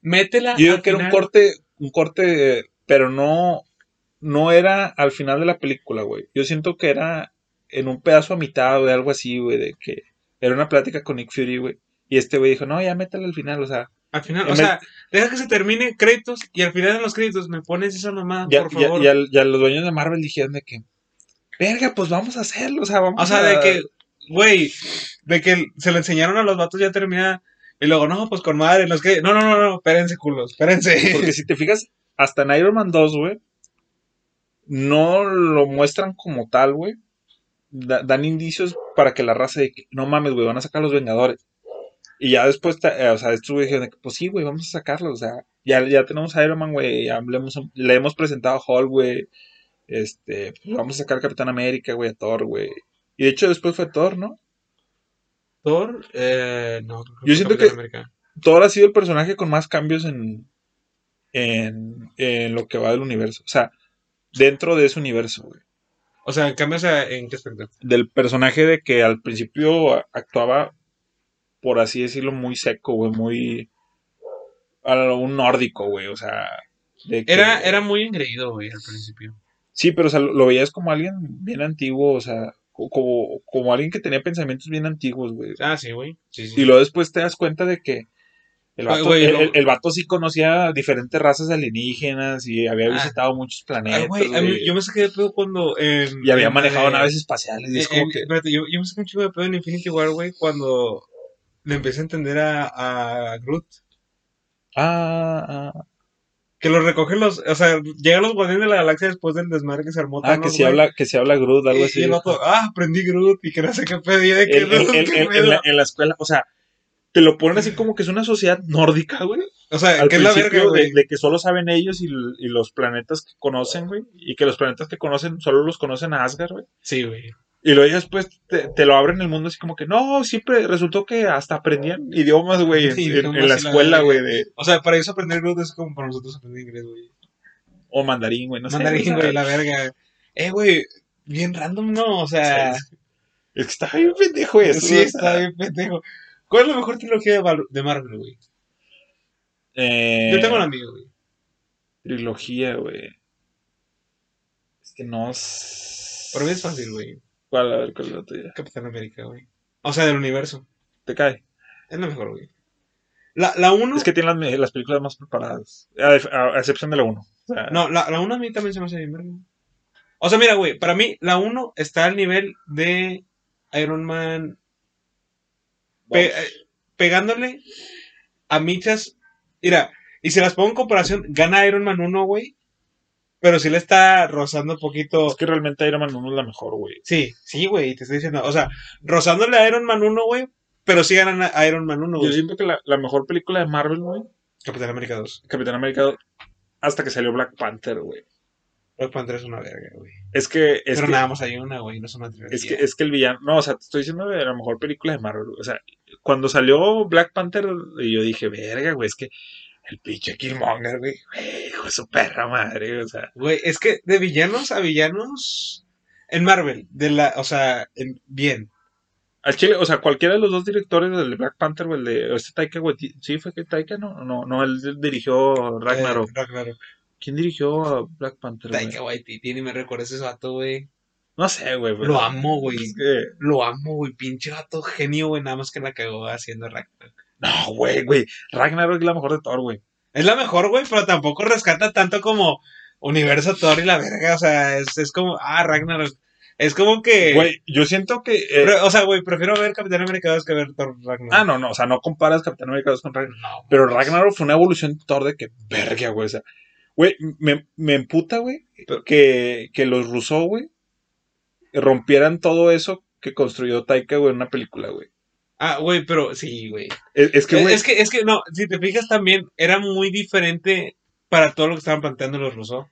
Speaker 1: Yo
Speaker 2: Métela. al
Speaker 1: digo que era un
Speaker 2: final.
Speaker 1: corte, un corte, pero no, no era al final de la película, güey. Yo siento que era en un pedazo a mitad, de algo así, güey, de que era una plática con Nick Fury, güey. Y este güey dijo, no, ya métela al final, o sea,
Speaker 2: Al final,
Speaker 1: En
Speaker 2: o sea, deja que se termine créditos y al final de los créditos me pones esa mamada,
Speaker 1: ya,
Speaker 2: Ah, por
Speaker 1: ya-
Speaker 2: favor.
Speaker 1: ya- ya los dueños de Marvel dijeron de que, verga, pues vamos a hacerlo, o sea, vamos
Speaker 2: O sea,
Speaker 1: a...
Speaker 2: de que, güey, de que se le enseñaron a los vatos ya terminada. Y luego, no, pues con madre, los que. No, no, no, no, espérense, culos, espérense.
Speaker 1: Porque si te fijas, hasta en Iron Man 2, güey, no lo muestran como tal, güey. Da- dan indicios para que la raza de que, no mames, güey, van a sacar a los Vengadores. Y ya después, ta- eh, o sea, estos güey dijeron de que, pues sí, güey, vamos a sacarlos. O sea, ya, ya tenemos a Iron Man, güey, ya le hemos, le hemos presentado a Hulk, güey. Este, pues vamos a sacar a Capitán América, güey, a Thor, güey. Y de hecho después fue Thor, ¿no?
Speaker 2: Thor, eh, no, creo
Speaker 1: Yo
Speaker 2: fue
Speaker 1: siento
Speaker 2: Capitán
Speaker 1: que-
Speaker 2: América.
Speaker 1: Thor ha sido el personaje con más cambios en, en, en lo que va del universo. O sea, dentro de ese universo, güey.
Speaker 2: O sea, cambias a- en qué aspecto.
Speaker 1: Del personaje de que al principio a- actuaba, por así decirlo, muy seco, güey, muy... a lo- un nórdico, güey, o sea... de que-
Speaker 2: Era, era muy engreído, güey, al principio.
Speaker 1: Sí, pero o sea, lo, lo veías como alguien bien antiguo, o sea, co- como, como alguien que tenía pensamientos bien antiguos, güey.
Speaker 2: Ah, sí, güey. Sí, sí.
Speaker 1: Y luego después te das cuenta de que el
Speaker 2: Ay,
Speaker 1: vato,
Speaker 2: güey,
Speaker 1: el,
Speaker 2: lo-
Speaker 1: el- el vato sí conocía diferentes razas alienígenas y había
Speaker 2: Ah.
Speaker 1: visitado muchos planetas.
Speaker 2: Ay, güey, a mí-
Speaker 1: güey,
Speaker 2: yo me saqué de pedo cuando. en-
Speaker 1: y había
Speaker 2: en la
Speaker 1: manejado
Speaker 2: de-
Speaker 1: naves espaciales. Y es
Speaker 2: Eh,
Speaker 1: como
Speaker 2: eh,
Speaker 1: que.
Speaker 2: espérate, yo, yo me saqué un chico de pedo en Infinity War, güey, cuando le empecé a entender a, a Groot.
Speaker 1: Ah, ah,
Speaker 2: Que lo recogen los. O sea, llegan los guardianes de la galaxia después del desmadre que se armó.
Speaker 1: ah,
Speaker 2: Thanos,
Speaker 1: que si
Speaker 2: güey.
Speaker 1: habla, que si habla Groot, algo
Speaker 2: Y-
Speaker 1: así.
Speaker 2: Y el vato, ah, aprendí Groot y que no sé qué pedo. y yo de que
Speaker 1: El- el-
Speaker 2: no,
Speaker 1: el-
Speaker 2: qué
Speaker 1: el-
Speaker 2: pedo.
Speaker 1: en, la, en la escuela, o sea, te lo ponen así como que es una sociedad nórdica, güey.
Speaker 2: O sea,
Speaker 1: Al
Speaker 2: que es la verga,
Speaker 1: principio de,
Speaker 2: güey.
Speaker 1: de que solo saben ellos y, l- y los planetas que conocen, güey. Y que los planetas que conocen solo los conocen a Asgard, güey.
Speaker 2: Sí, güey.
Speaker 1: Y luego ya después te, te lo abren el mundo así como que no, siempre resultó que hasta aprendían idiomas, güey, en,
Speaker 2: Sí,
Speaker 1: en-
Speaker 2: idiomas
Speaker 1: en la
Speaker 2: y la
Speaker 1: escuela,
Speaker 2: verga.
Speaker 1: güey, de,
Speaker 2: O sea, para ellos aprender Groot es como para nosotros aprender inglés, güey.
Speaker 1: o mandarín, güey, no sé,
Speaker 2: Mandarín,
Speaker 1: o sea,
Speaker 2: güey, la verga. Eh, güey, bien random, ¿no? O sea.
Speaker 1: Sí, Es que está bien pendejo eso.
Speaker 2: Sí,
Speaker 1: o sea,
Speaker 2: está bien pendejo. ¿Cuál es la mejor trilogía de, Val- de Marvel, güey?
Speaker 1: eh,
Speaker 2: Yo tengo un amigo, güey.
Speaker 1: Trilogía, güey. Es que no... s-
Speaker 2: Para mí es fácil, güey.
Speaker 1: ¿Cuál? A ver, ¿cuál es la tuya?
Speaker 2: Capitán América, güey. O sea, del universo.
Speaker 1: ¿Te cae?
Speaker 2: Es la mejor, güey. La, la uno.
Speaker 1: Es que tiene las, las películas más preparadas, a, def- a- a excepción de la 1. O sea,
Speaker 2: No, la, la 1 a mí también se me hace bien verga. O sea, mira, güey, para mí la 1 está al nivel de Iron Man pe-
Speaker 1: vamos.
Speaker 2: eh, pegándole a michas. Mira, y si las pongo en comparación, gana Iron Man 1, güey. Pero sí le está rozando un
Speaker 1: Es
Speaker 2: poquito.
Speaker 1: que realmente Iron Man 1 es la mejor, güey.
Speaker 2: Sí, sí, güey, te estoy diciendo. O sea, rozándole a Iron Man 1, güey. Pero sí ganan a Iron Man 1,
Speaker 1: Yo
Speaker 2: güey.
Speaker 1: siento que la, la mejor película de Marvel, güey,
Speaker 2: Capitán América 2.
Speaker 1: Capitán América, hasta que salió Black Panther, güey.
Speaker 2: Black Panther es una verga, güey.
Speaker 1: Es que, es
Speaker 2: Pero
Speaker 1: que,
Speaker 2: nada más hay una, güey, no es una trilogía.
Speaker 1: es que, es que el villano, no, o sea, te estoy diciendo de la mejor película de Marvel, güey. o sea, cuando salió Black Panther, yo dije, verga, güey, es que el pinche Killmonger, güey, güey, hijo de su perra madre, güey, o sea,
Speaker 2: Güey, es que de villanos a villanos en Marvel, de la, o sea, en- bien.
Speaker 1: al chile, o sea, cualquiera de los dos directores del de Black Panther, güey, el de, o este Taika, güey, sí, fue que Taika, no, no, no, él dirigió Ragnarok.
Speaker 2: Eh, Ragnarok.
Speaker 1: ¿Quién dirigió a Black Panther, güey?
Speaker 2: Taika Waititi, ni me recuerdas ese vato, güey.
Speaker 1: No sé, güey, pero-
Speaker 2: Lo amo, güey.
Speaker 1: Es que,
Speaker 2: Lo amo, güey. Pinche vato genio, güey. Nada más que la cagó haciendo Ragnarok.
Speaker 1: no, güey, güey, Ragnarok es la mejor de Thor, güey.
Speaker 2: Es la mejor, güey, pero tampoco rescata tanto como Universo Thor y la verga. O sea, es, es como, ah, Ragnarok. Es como que.
Speaker 1: Güey, yo siento que. eh,
Speaker 2: pre- o sea, güey, prefiero ver Capitán América 2 que ver Thor Ragnarok.
Speaker 1: ah, no, no, o sea, no comparas Capitán América 2 con Ragnarok.
Speaker 2: no.
Speaker 1: Pero Ragnarok fue una evolución de Thor de que verga, güey. O sea, güey, me, me emputa, güey, que, que los Rousseau, güey, rompieran todo eso que construyó Taika, güey, en una película, güey.
Speaker 2: Ah, güey, pero sí, güey.
Speaker 1: Es, es que,
Speaker 2: Es-
Speaker 1: güey,
Speaker 2: Es que, es que, no, si te fijas también, era muy diferente para todo lo que estaban planteando los rusos.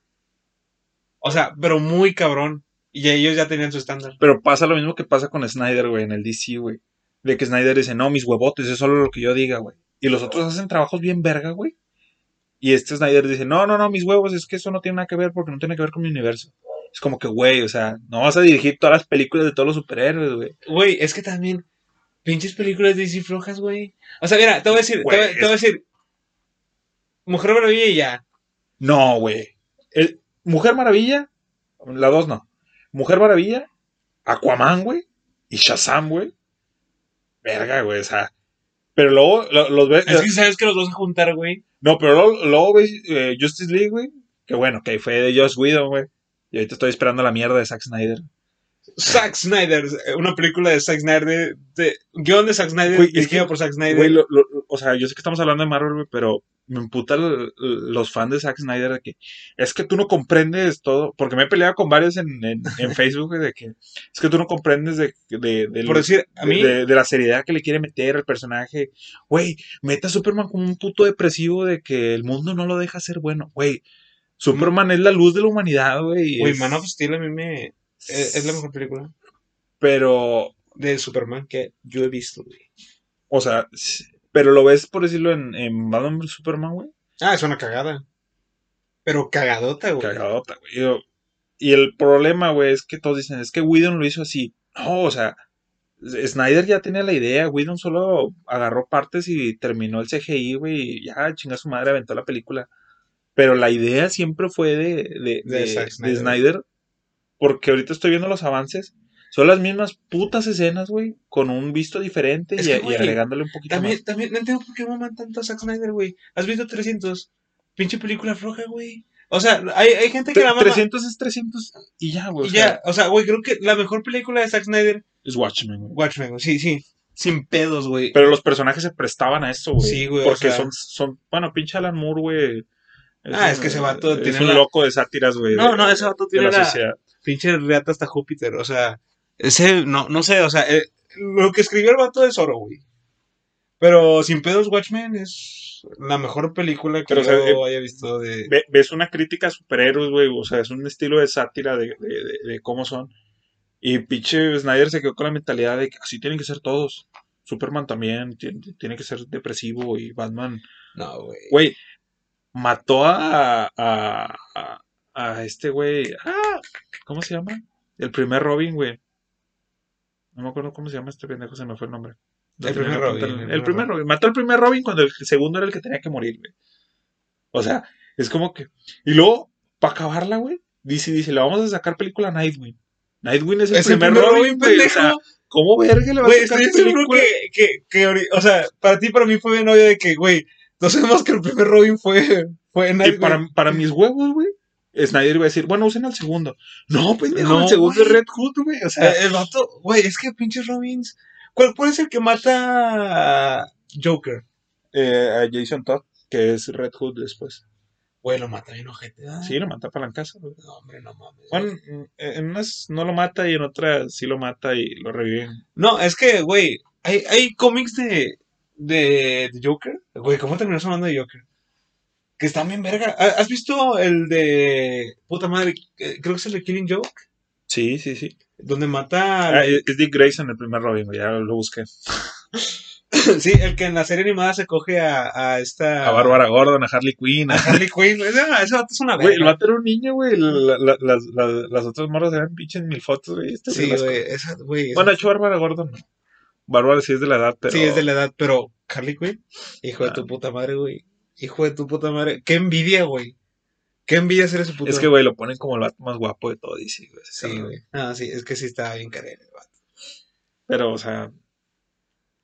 Speaker 2: O sea, pero muy cabrón. Y ellos ya tenían su estándar.
Speaker 1: pero pasa lo mismo que pasa con Snyder, güey, en el DC, güey. De que Snyder dice, no, mis huevotes, es solo lo que yo diga, güey. Y los otros hacen trabajos bien verga, güey. Y este Snyder dice, no, no, no, mis huevos, es que eso no tiene nada que ver porque no tiene que ver con mi universo. Es como que, güey, o sea, no vas a dirigir todas las películas de todos los superhéroes, güey.
Speaker 2: Güey, es que también, pinches películas de DC flojas, güey. O sea, mira, te voy a decir, te voy,
Speaker 1: Güey,
Speaker 2: te voy a decir. Mujer Maravilla y ya.
Speaker 1: No, güey. El- Mujer Maravilla, la dos no. Mujer Maravilla, Aquaman, güey, y Shazam, güey. Verga, güey, o sea. Pero luego lo- los ves.
Speaker 2: Es que sabes que los dos a juntar, güey.
Speaker 1: No, pero luego, luego ves eh, Justice League, güey. Que bueno, que fue de Josh Whedon, güey. Y ahorita estoy esperando la mierda de Zack Snyder.
Speaker 2: Zack Snyder, eh, una película de Zack Snyder, de, de- guión de Zack Snyder,
Speaker 1: Güey, es
Speaker 2: dirigida
Speaker 1: que-
Speaker 2: por Zack Snyder.
Speaker 1: Güey, lo- lo- lo- o sea, yo sé que estamos hablando de Marvel, güey, pero me emputa l- los fans de Zack Snyder de que es que tú no comprendes todo, porque me he peleado con varios en, en- en Facebook güey, de que es que tú no comprendes de, de- del-
Speaker 2: por decir, a
Speaker 1: de-
Speaker 2: mí,
Speaker 1: de- de la seriedad que le quiere meter al personaje. Güey, meta a Superman como un puto depresivo de que el mundo no lo deja ser bueno. Güey, Superman es la luz de la humanidad, güey. y
Speaker 2: güey,
Speaker 1: es-
Speaker 2: Man of Steel a mí me... Eh, Es, es la mejor película
Speaker 1: Pero,
Speaker 2: de Superman que yo he visto, güey.
Speaker 1: o sea, s- pero lo ves, por decirlo, en, en Batman vs Superman, güey.
Speaker 2: Ah, es una cagada. Pero cagadota, güey.
Speaker 1: Cagadota, güey. Yo- Y el problema, güey, es que todos dicen, es que Whedon lo hizo así. No, o sea, Snyder ya tenía la idea, Whedon solo agarró partes y terminó el CGI, güey, y ya, chinga su madre, aventó la película. Pero la idea siempre fue de, de,
Speaker 2: De
Speaker 1: de-
Speaker 2: Zack
Speaker 1: de
Speaker 2: Snyder.
Speaker 1: Snyder, porque ahorita estoy viendo los avances. Son las mismas putas escenas, güey, con un visto diferente
Speaker 2: Es
Speaker 1: y,
Speaker 2: que,
Speaker 1: y
Speaker 2: güey,
Speaker 1: agregándole un poquito
Speaker 2: También, también, no entiendo por qué maman tanto a Zack Snyder, güey. ¿Has visto 300? Pinche película floja, güey. O sea, hay, hay gente
Speaker 1: más.
Speaker 2: que la mama.
Speaker 1: 300 es 300 y ya, güey.
Speaker 2: y
Speaker 1: o sea,
Speaker 2: ya, o sea, güey, creo que la mejor película de Zack Snyder,
Speaker 1: es Watchmen, güey.
Speaker 2: Watchmen, güey, sí, sí. Sin pedos, güey.
Speaker 1: Pero los personajes se prestaban a eso, güey.
Speaker 2: Sí, güey, o
Speaker 1: Porque
Speaker 2: sea.
Speaker 1: son, son, bueno, pinche Alan Moore, güey.
Speaker 2: Ah,
Speaker 1: un-
Speaker 2: es que ese vato
Speaker 1: es
Speaker 2: tiene
Speaker 1: un
Speaker 2: la-
Speaker 1: loco de sátiras, güey.
Speaker 2: No,
Speaker 1: de-
Speaker 2: no, ese vato
Speaker 1: de
Speaker 2: tiene
Speaker 1: la
Speaker 2: la-
Speaker 1: sociedad.
Speaker 2: pinche reata hasta Júpiter, o sea, ese, no, no sé, o sea, eh, lo que escribió el vato es oro, güey. Pero sin pedos, Watchmen es la mejor película que
Speaker 1: Pero, o
Speaker 2: yo
Speaker 1: sea, eh,
Speaker 2: haya visto de...
Speaker 1: Ve- Ves una crítica a superhéroes, güey. O sea, es un estilo de sátira de, de, de- de cómo son. Y pinche Snyder se quedó con la mentalidad de que así tienen que ser todos. Superman también tiene, tiene que ser depresivo y Batman.
Speaker 2: No, güey.
Speaker 1: Güey, mató a, a, a, a este güey. Ah, ¿cómo se llama? El primer Robin, güey. No me acuerdo cómo se llama este pendejo, se me fue el nombre. Lo
Speaker 2: El
Speaker 1: tenía
Speaker 2: primer
Speaker 1: en la punta de
Speaker 2: Robin,
Speaker 1: la-
Speaker 2: el
Speaker 1: El,
Speaker 2: primer
Speaker 1: primer Robin. Mató al primer Robin cuando el segundo era el que tenía que morir, güey. O sea, es como que. Y luego, para acabarla, güey, dice, dice, le vamos a sacar película a Nightwing. Nightwing es el, primer, Robin, güey. O sea, ¿cómo verga le va
Speaker 2: Güey,
Speaker 1: a sacar
Speaker 2: estoy seguro
Speaker 1: película?
Speaker 2: que, que, que, ori- o sea, para ti, para mí fue bien obvio de que, güey, no sabemos que el primer Robin fue, fue
Speaker 1: Y
Speaker 2: Nightwing.
Speaker 1: para, para mis huevos, güey, Snyder iba a decir, bueno, usen al segundo. No, pendejo,
Speaker 2: No,
Speaker 1: el segundo
Speaker 2: güey.
Speaker 1: es Red Hood, güey. O sea,
Speaker 2: Eh, el vato, güey, es que pinches Robins... ¿Cuál, ¿Cuál es el que mata a Joker?
Speaker 1: eh, a Jason Todd, que es Red Hood después.
Speaker 2: Güey, lo mata bien ojete, ¿verdad?
Speaker 1: Sí, lo mata para la casa, güey.
Speaker 2: No, hombre, no mames.
Speaker 1: Bueno, en- en unas no lo mata y en otras sí lo mata y lo reviven.
Speaker 2: No, es que, güey, hay, hay cómics de, de, de Joker. Güey, ¿cómo terminó hablando de Joker? Que están bien verga. ¿Ha- ¿Has visto el de. Puta madre, eh, creo que es el de Killing Joke?
Speaker 1: Sí, sí, sí.
Speaker 2: Donde mata.
Speaker 1: Ah, es es Dick Grayson el primer Robin, güey, ya lo busqué.
Speaker 2: sí, el que en la serie animada se coge a, a esta.
Speaker 1: A Bárbara Gordon, a Harley Quinn.
Speaker 2: a
Speaker 1: a-
Speaker 2: Harley Quinn. Ese, ese vato es una verga.
Speaker 1: Güey, el vato era un niño, güey. la- la- las, las, las otras morras eran pinches mil fotos, güey. este
Speaker 2: Sí,
Speaker 1: las-
Speaker 2: güey, esa, güey. esa-
Speaker 1: Bueno, de hecho, Bárbara Gordon. no. Bárbara sí es de la edad, pero.
Speaker 2: Sí, es de la edad, pero Harley Quinn, hijo de
Speaker 1: Ah.
Speaker 2: tu puta madre, güey. Hijo de tu puta madre. Qué envidia, güey. Qué envidia ser ese puto.
Speaker 1: Es que, güey, lo ponen como el vato más guapo de todo DC, güey. ese
Speaker 2: Sí,
Speaker 1: cabrón.
Speaker 2: güey. Ah, sí, es que sí estaba bien carero el vato.
Speaker 1: Pero, o sea,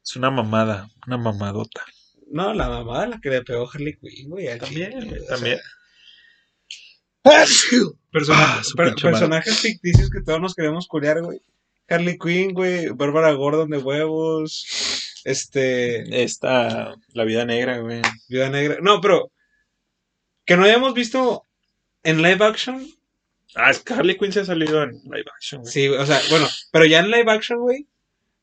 Speaker 1: es una mamada, una mamadota.
Speaker 2: No, la
Speaker 1: Eh,
Speaker 2: mamada la que le pegó Harley Quinn, güey. al
Speaker 1: También,
Speaker 2: chile,
Speaker 1: güey,
Speaker 2: güey, o
Speaker 1: también.
Speaker 2: sea. Persona-
Speaker 1: Ah, su
Speaker 2: per-
Speaker 1: pinche madre.
Speaker 2: personajes ficticios que todos nos queremos culiar, güey. Harley Quinn, güey. Bárbara Gordon de huevos. Este.
Speaker 1: Esta, la vida negra, güey.
Speaker 2: Viuda Negra. No, pero. Que no hayamos visto en live action.
Speaker 1: Ah, es que Harley Quinn se ha salido en live action, güey.
Speaker 2: Sí, güey, o sea, bueno. Pero ya en live action, güey.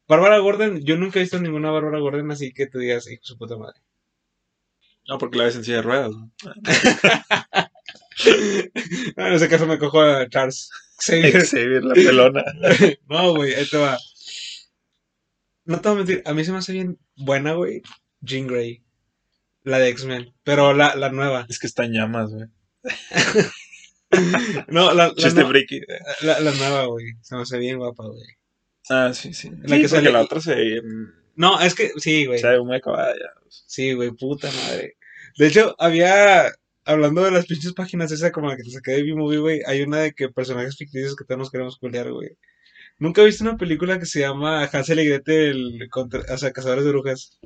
Speaker 2: Bárbara Gordon. Yo nunca he visto ninguna Bárbara Gordon así que te digas, hijo de su puta madre.
Speaker 1: No, porque la ves en silla de ruedas. güey.
Speaker 2: No, Ah, en ese caso me cojo a Charles Xavier.
Speaker 1: Xavier, la pelona.
Speaker 2: No, güey, ahí te va. No te voy a mentir, a mí se me hace bien buena, güey. Jean Grey. La de X-Men. Pero la, la nueva.
Speaker 1: Es que está en llamas, güey.
Speaker 2: No, la, la,
Speaker 1: Chiste
Speaker 2: nue-
Speaker 1: friki.
Speaker 2: la, la nueva, güey. Se me hace bien guapa, güey.
Speaker 1: Ah, sí, sí. La
Speaker 2: La
Speaker 1: que porque
Speaker 2: que sale-
Speaker 1: la otra se ve mm,
Speaker 2: No, es que sí, güey.
Speaker 1: se ve muy acabada ya.
Speaker 2: Sí, güey, puta madre. De hecho, había, hablando de las pinches páginas esa como la que te saqué de B-Movie, güey, hay una de que personajes ficticios que todos nos queremos culiar, güey. Nunca he visto una película que se llama Hansel y Gretel contra, o sea, Cazadores de Brujas.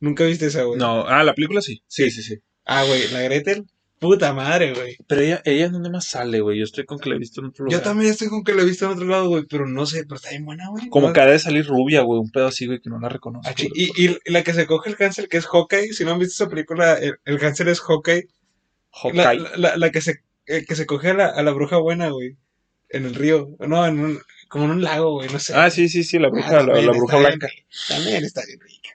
Speaker 2: Nunca viste esa, güey.
Speaker 1: No, ah, la película sí. Sí, sí, sí.
Speaker 2: Ah, güey, la Gretel. Puta madre, güey.
Speaker 1: Pero ella, ella dónde más sale, güey. Yo estoy con que la he visto en otro lugar.
Speaker 2: Yo también estoy con que la he visto en otro lado, güey, pero no sé, pero está bien buena, güey.
Speaker 1: Como
Speaker 2: No-
Speaker 1: que ha de salir rubia, güey. Un pedo así, güey, que no la reconozco.
Speaker 2: Ah, chi-
Speaker 1: güey.
Speaker 2: y, y la que se coge el Hansel, que es Hawkeye. Si no han visto esa película, el, el Hansel es Hawkeye. La,
Speaker 1: Hawkeye.
Speaker 2: la- la- la que se, eh, que se coge a la, a la bruja buena, güey. En el río. No, en un, como en un lago, güey, no sé.
Speaker 1: Ah, sí, sí, sí, la bruja,
Speaker 2: Ah,
Speaker 1: la- la,
Speaker 2: también
Speaker 1: bruja
Speaker 2: está bien,
Speaker 1: blanca.
Speaker 2: También está bien rica.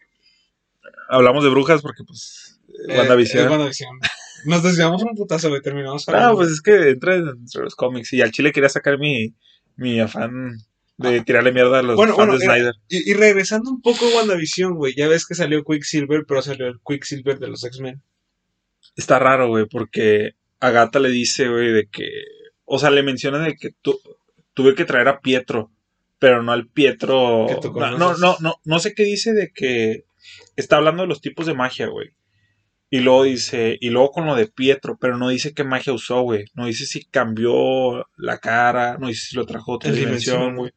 Speaker 1: Hablamos de brujas porque, pues,
Speaker 2: Eh,
Speaker 1: WandaVision.
Speaker 2: es WandaVision. Nos desviamos un putazo, güey. Terminamos
Speaker 1: Ah,
Speaker 2: hablando.
Speaker 1: pues es que entra entre los cómics. Y al chile quería sacar mi, mi afán de tirarle mierda a los
Speaker 2: Ah. Bueno,
Speaker 1: fans
Speaker 2: bueno, eh,
Speaker 1: de
Speaker 2: era-
Speaker 1: Snyder.
Speaker 2: Y, y regresando un poco a WandaVision, güey. Ya ves que salió Quicksilver, pero salió el Quicksilver de los X-Men.
Speaker 1: Está raro, güey, porque Agatha le dice, güey, de que. O sea, le menciona de que tu- tuve que traer a Pietro, pero no al Pietro.
Speaker 2: Que tú
Speaker 1: no, no,
Speaker 2: conoces.
Speaker 1: no, no, no sé qué dice de que. Está hablando de los tipos de magia, güey. Y luego dice, y luego con lo de Pietro, pero no dice qué magia usó, güey. No dice si cambió la cara, no dice si lo trajo a otra
Speaker 2: De
Speaker 1: dimensión,
Speaker 2: dimensión.
Speaker 1: güey.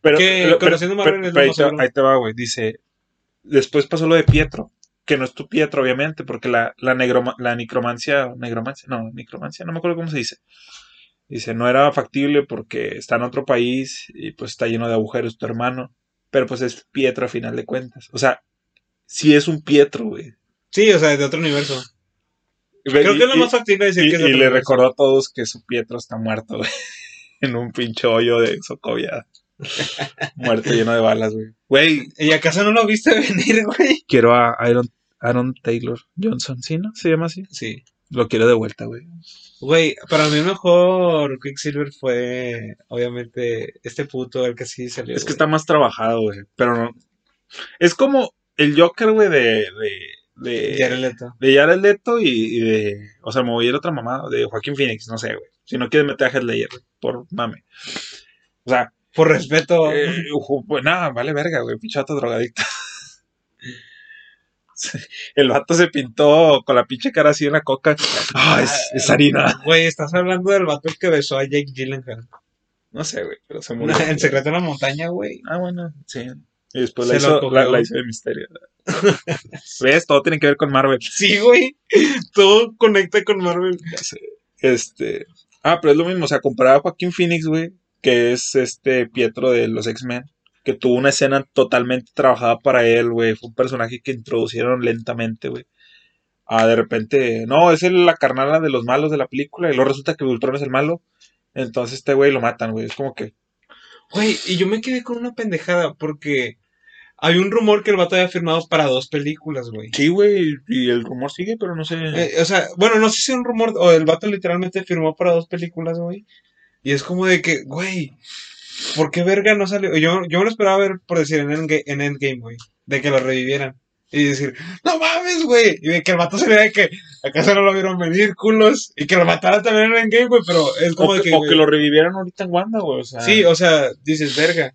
Speaker 1: Pero,
Speaker 2: Que,
Speaker 1: pero-
Speaker 2: conociendo
Speaker 1: pero-
Speaker 2: Marvel, es lo
Speaker 1: pero ahí,
Speaker 2: más
Speaker 1: te,
Speaker 2: seguro.
Speaker 1: ahí te va, güey. Dice, después pasó lo de Pietro, que no es tu Pietro, obviamente, porque la, la, negroma- la necromancia, negromancia, no, necromancia, no me acuerdo cómo se dice. Dice, no era factible porque está en otro país y pues está lleno de agujeros tu hermano, pero pues es Pietro a final de cuentas. O sea, sí es un Pietro, güey.
Speaker 2: Sí, o sea, de otro universo. Creo
Speaker 1: Y-
Speaker 2: que es lo
Speaker 1: y-
Speaker 2: más factible decir
Speaker 1: y,
Speaker 2: que es de
Speaker 1: y
Speaker 2: otro
Speaker 1: le
Speaker 2: universo.
Speaker 1: recordó a todos que su Pietro está muerto, güey. En un pinche hoyo de Socovia. muerto lleno de balas, güey. Güey,
Speaker 2: ¿Y acaso no lo viste venir, güey?
Speaker 1: quiero a Aaron, Aaron Taylor Johnson, ¿sí, no? ¿Se llama así?
Speaker 2: Sí.
Speaker 1: Lo quiero de vuelta, güey.
Speaker 2: Güey, para mí el mejor Quicksilver fue, obviamente, este puto, el que sí salió.
Speaker 1: Es que
Speaker 2: güey.
Speaker 1: está más trabajado, güey. Pero no. Es como el Joker, güey, de. de. de.
Speaker 2: Jared Leto.
Speaker 1: de Jared Leto y, y de. O sea, me voy a ir a otra mamada de Joaquín Phoenix, no sé, güey. Si no quieres meter a Heath Ledger, güey, por mame. O sea,
Speaker 2: Por respeto.
Speaker 1: Eh, ujú, pues nada, vale verga, güey, pinche vato drogadicto. El vato se pintó con la pinche cara así en la coca. Ah, es, es harina.
Speaker 2: Güey, estás hablando del vato que besó a Jake Gyllenhaal.
Speaker 1: No sé, güey, pero se murió.
Speaker 2: En secreto en la montaña, güey.
Speaker 1: Ah, bueno, sí. Y después la
Speaker 2: Se lo
Speaker 1: hizo, la,
Speaker 2: cogió.
Speaker 1: la hizo de misterio. ¿Ves? Todo tiene que ver con Marvel.
Speaker 2: Sí, güey. Todo conecta con Marvel.
Speaker 1: Este. Ah, pero es lo mismo. O sea, comparado a Joaquín Phoenix, güey, que es este Pietro de los X-Men, que tuvo una escena totalmente trabajada para él, güey. Fue un personaje que introducieron lentamente, güey. Ah, de repente, no, es el- la carnala de los malos de la película, y luego resulta que Ultron es el malo. Entonces este güey lo matan, güey. Es como que.
Speaker 2: Güey, y yo me quedé con una pendejada porque hay un rumor que el vato había firmado para dos películas, güey.
Speaker 1: Sí, güey, y el rumor sigue, pero no sé.
Speaker 2: Eh, o sea, bueno, no sé si es un rumor o el vato literalmente firmó para dos películas, güey. Y es como de que, güey, ¿por qué verga no salió? Yo, yo me lo esperaba ver, por decir, en Endgame, en Endgame, güey, de que lo revivieran. Y decir, no mames, güey. Y de que el vato se vea de que acaso no lo vieron venir, culos. Y que lo matara también en Endgame, güey, pero es como
Speaker 1: o,
Speaker 2: de
Speaker 1: que,
Speaker 2: que.
Speaker 1: o
Speaker 2: güey,
Speaker 1: que lo Ah. revivieran ahorita en Wanda, güey. O sea,
Speaker 2: Sí, o sea, dices, verga.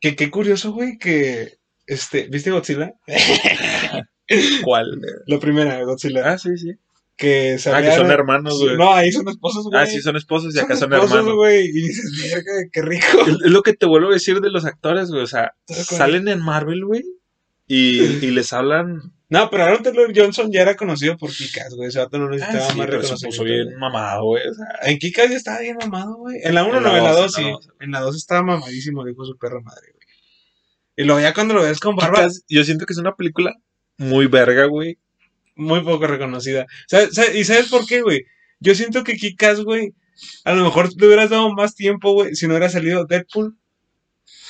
Speaker 2: Que qué curioso, güey, que. Este, ¿viste Godzilla?
Speaker 1: ¿cuál?
Speaker 2: La primera, Godzilla.
Speaker 1: Ah, sí, sí.
Speaker 2: Que se
Speaker 1: Ah, que
Speaker 2: había-
Speaker 1: son hermanos, güey.
Speaker 2: No, ahí son esposos, güey.
Speaker 1: ah, sí, son esposos y
Speaker 2: Son
Speaker 1: acá son
Speaker 2: esposos,
Speaker 1: hermanos.
Speaker 2: güey, y dices, verga, qué rico.
Speaker 1: Es es lo que te vuelvo a decir de los actores, güey. O sea,
Speaker 2: Tal cual.
Speaker 1: salen en Marvel, güey. Y, y les hablan
Speaker 2: No, pero Aaron Taylor Johnson ya era conocido por Kikas, güey. Ese vato no necesitaba
Speaker 1: Ah, sí,
Speaker 2: más
Speaker 1: pero se puso
Speaker 2: reconocimiento.
Speaker 1: bien mamado, güey. o sea,
Speaker 2: En Kikas ya estaba bien mamado, güey. En la 1
Speaker 1: En la
Speaker 2: no, en la
Speaker 1: dos,
Speaker 2: 2 sí.
Speaker 1: en la dos.
Speaker 2: En la 2 estaba mamadísimo, dijo su perra madre, güey. Y luego ya cuando lo ves con barba,
Speaker 1: Kick-Ass, yo siento que es una película muy verga, güey.
Speaker 2: muy poco reconocida. ¿Sabes- sabes- ¿Y sabes por qué, güey? Yo siento que Kikas, güey, a lo mejor le hubieras dado más tiempo, güey, si no hubiera salido Deadpool.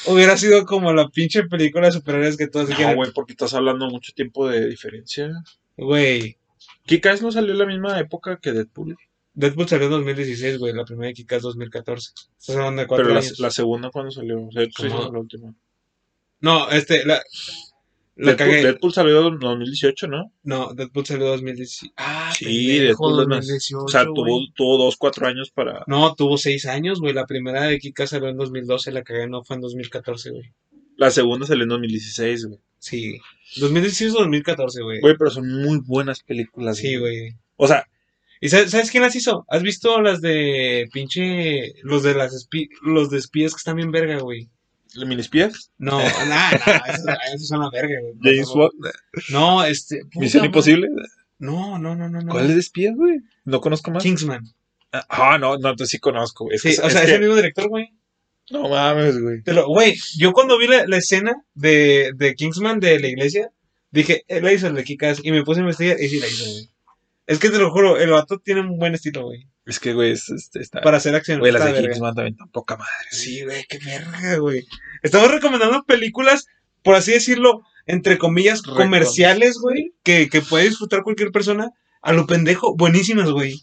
Speaker 2: Hubiera sido como la pinche película de superhéroes que todos
Speaker 1: No,
Speaker 2: dijeron,
Speaker 1: güey, porque estás hablando mucho tiempo de diferencia.
Speaker 2: güey.
Speaker 1: Kikas no salió en la misma época que Deadpool,
Speaker 2: Deadpool salió en 2016, güey, la primera de Kikas 2014. Estás hablando de cuatro
Speaker 1: pero la,
Speaker 2: años.
Speaker 1: la segunda cuando salió, o sea, sí,
Speaker 2: ¿Cómo?
Speaker 1: sí, la última.
Speaker 2: No, este, la, la
Speaker 1: Deadpool,
Speaker 2: cagué.
Speaker 1: Deadpool salió en 2018, ¿no?
Speaker 2: No, Deadpool salió en 2018. Ah,
Speaker 1: Sí,
Speaker 2: pendejo,
Speaker 1: Deadpool es más-
Speaker 2: 2018,
Speaker 1: O sea,
Speaker 2: güey.
Speaker 1: tuvo, tuvo dos, cuatro años para...
Speaker 2: No, tuvo seis años, güey. La primera de Kika salió en 2012, la cagué no fue en 2014, güey.
Speaker 1: La segunda salió en 2016, güey.
Speaker 2: Sí. 2016 o 2014, güey.
Speaker 1: Güey, pero son muy buenas películas.
Speaker 2: Sí, güey.
Speaker 1: O sea,
Speaker 2: ¿Y sa- sabes quién las hizo? ¿Has visto las de pinche... Los de las espi- los de espías que están bien verga, güey?
Speaker 1: ¿los minispies?
Speaker 2: No, nada, nah, esos, esos son la verga, güey.
Speaker 1: James
Speaker 2: No,
Speaker 1: Bond,
Speaker 2: No, este... puta
Speaker 1: Misión
Speaker 2: madre.
Speaker 1: Imposible.
Speaker 2: No, no, no, no, no.
Speaker 1: ¿Cuál es de espías, güey? No conozco más.
Speaker 2: Kingsman.
Speaker 1: Ah, no, no, entonces sí conozco, güey. Es
Speaker 2: Sí,
Speaker 1: que-
Speaker 2: o
Speaker 1: es
Speaker 2: sea, es
Speaker 1: que-
Speaker 2: el mismo director, güey.
Speaker 1: No mames, güey.
Speaker 2: Te lo- Güey, yo cuando vi la, la escena de, de Kingsman de la iglesia, dije, él la hizo el de Kikas. Y me puse a investigar y sí la hizo, güey. Es que te lo juro, el vato tiene un buen estilo, güey.
Speaker 1: Es que, güey, es, este, está...
Speaker 2: Para eh. hacer acción.
Speaker 1: Güey, las de
Speaker 2: está verga.
Speaker 1: Kingsman también tan poca madre.
Speaker 2: Sí, güey, qué verga, güey. Estamos recomendando películas, por así decirlo, entre comillas,
Speaker 1: Recom-
Speaker 2: comerciales, güey, que, que puede disfrutar cualquier persona. A lo pendejo, buenísimas, güey.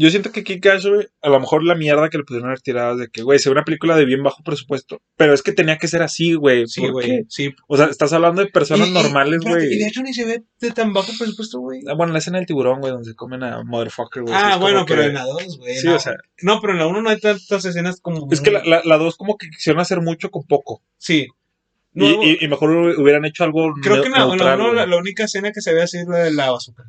Speaker 1: Yo siento que Kick-Ass, güey, a lo mejor la mierda que le pudieron haber tirado es de que, güey, sea una película de bien bajo presupuesto. Pero es que tenía que ser así, güey.
Speaker 2: Sí,
Speaker 1: ¿por
Speaker 2: güey.
Speaker 1: qué?
Speaker 2: Sí.
Speaker 1: O sea, estás hablando de personas
Speaker 2: Y- y-
Speaker 1: normales,
Speaker 2: espérate, Y de
Speaker 1: güey.
Speaker 2: hecho ni se ve de tan bajo presupuesto, güey.
Speaker 1: Ah, Bueno, la escena del tiburón, güey, donde se comen a motherfucker, güey.
Speaker 2: Ah,
Speaker 1: pues, es como
Speaker 2: bueno,
Speaker 1: que-
Speaker 2: pero en la 2, güey.
Speaker 1: Sí,
Speaker 2: no.
Speaker 1: o sea,
Speaker 2: No, pero en la 1 no hay tantas escenas como.
Speaker 1: es que la, la, la dos como que quisieron hacer mucho con poco.
Speaker 2: Sí.
Speaker 1: Y-
Speaker 2: No,
Speaker 1: y, y mejor hubieran hecho algo
Speaker 2: creo
Speaker 1: neu-
Speaker 2: que en la, en la
Speaker 1: neutral,
Speaker 2: uno la,
Speaker 1: güey.
Speaker 2: la única escena que se ve así es la de la bazooka.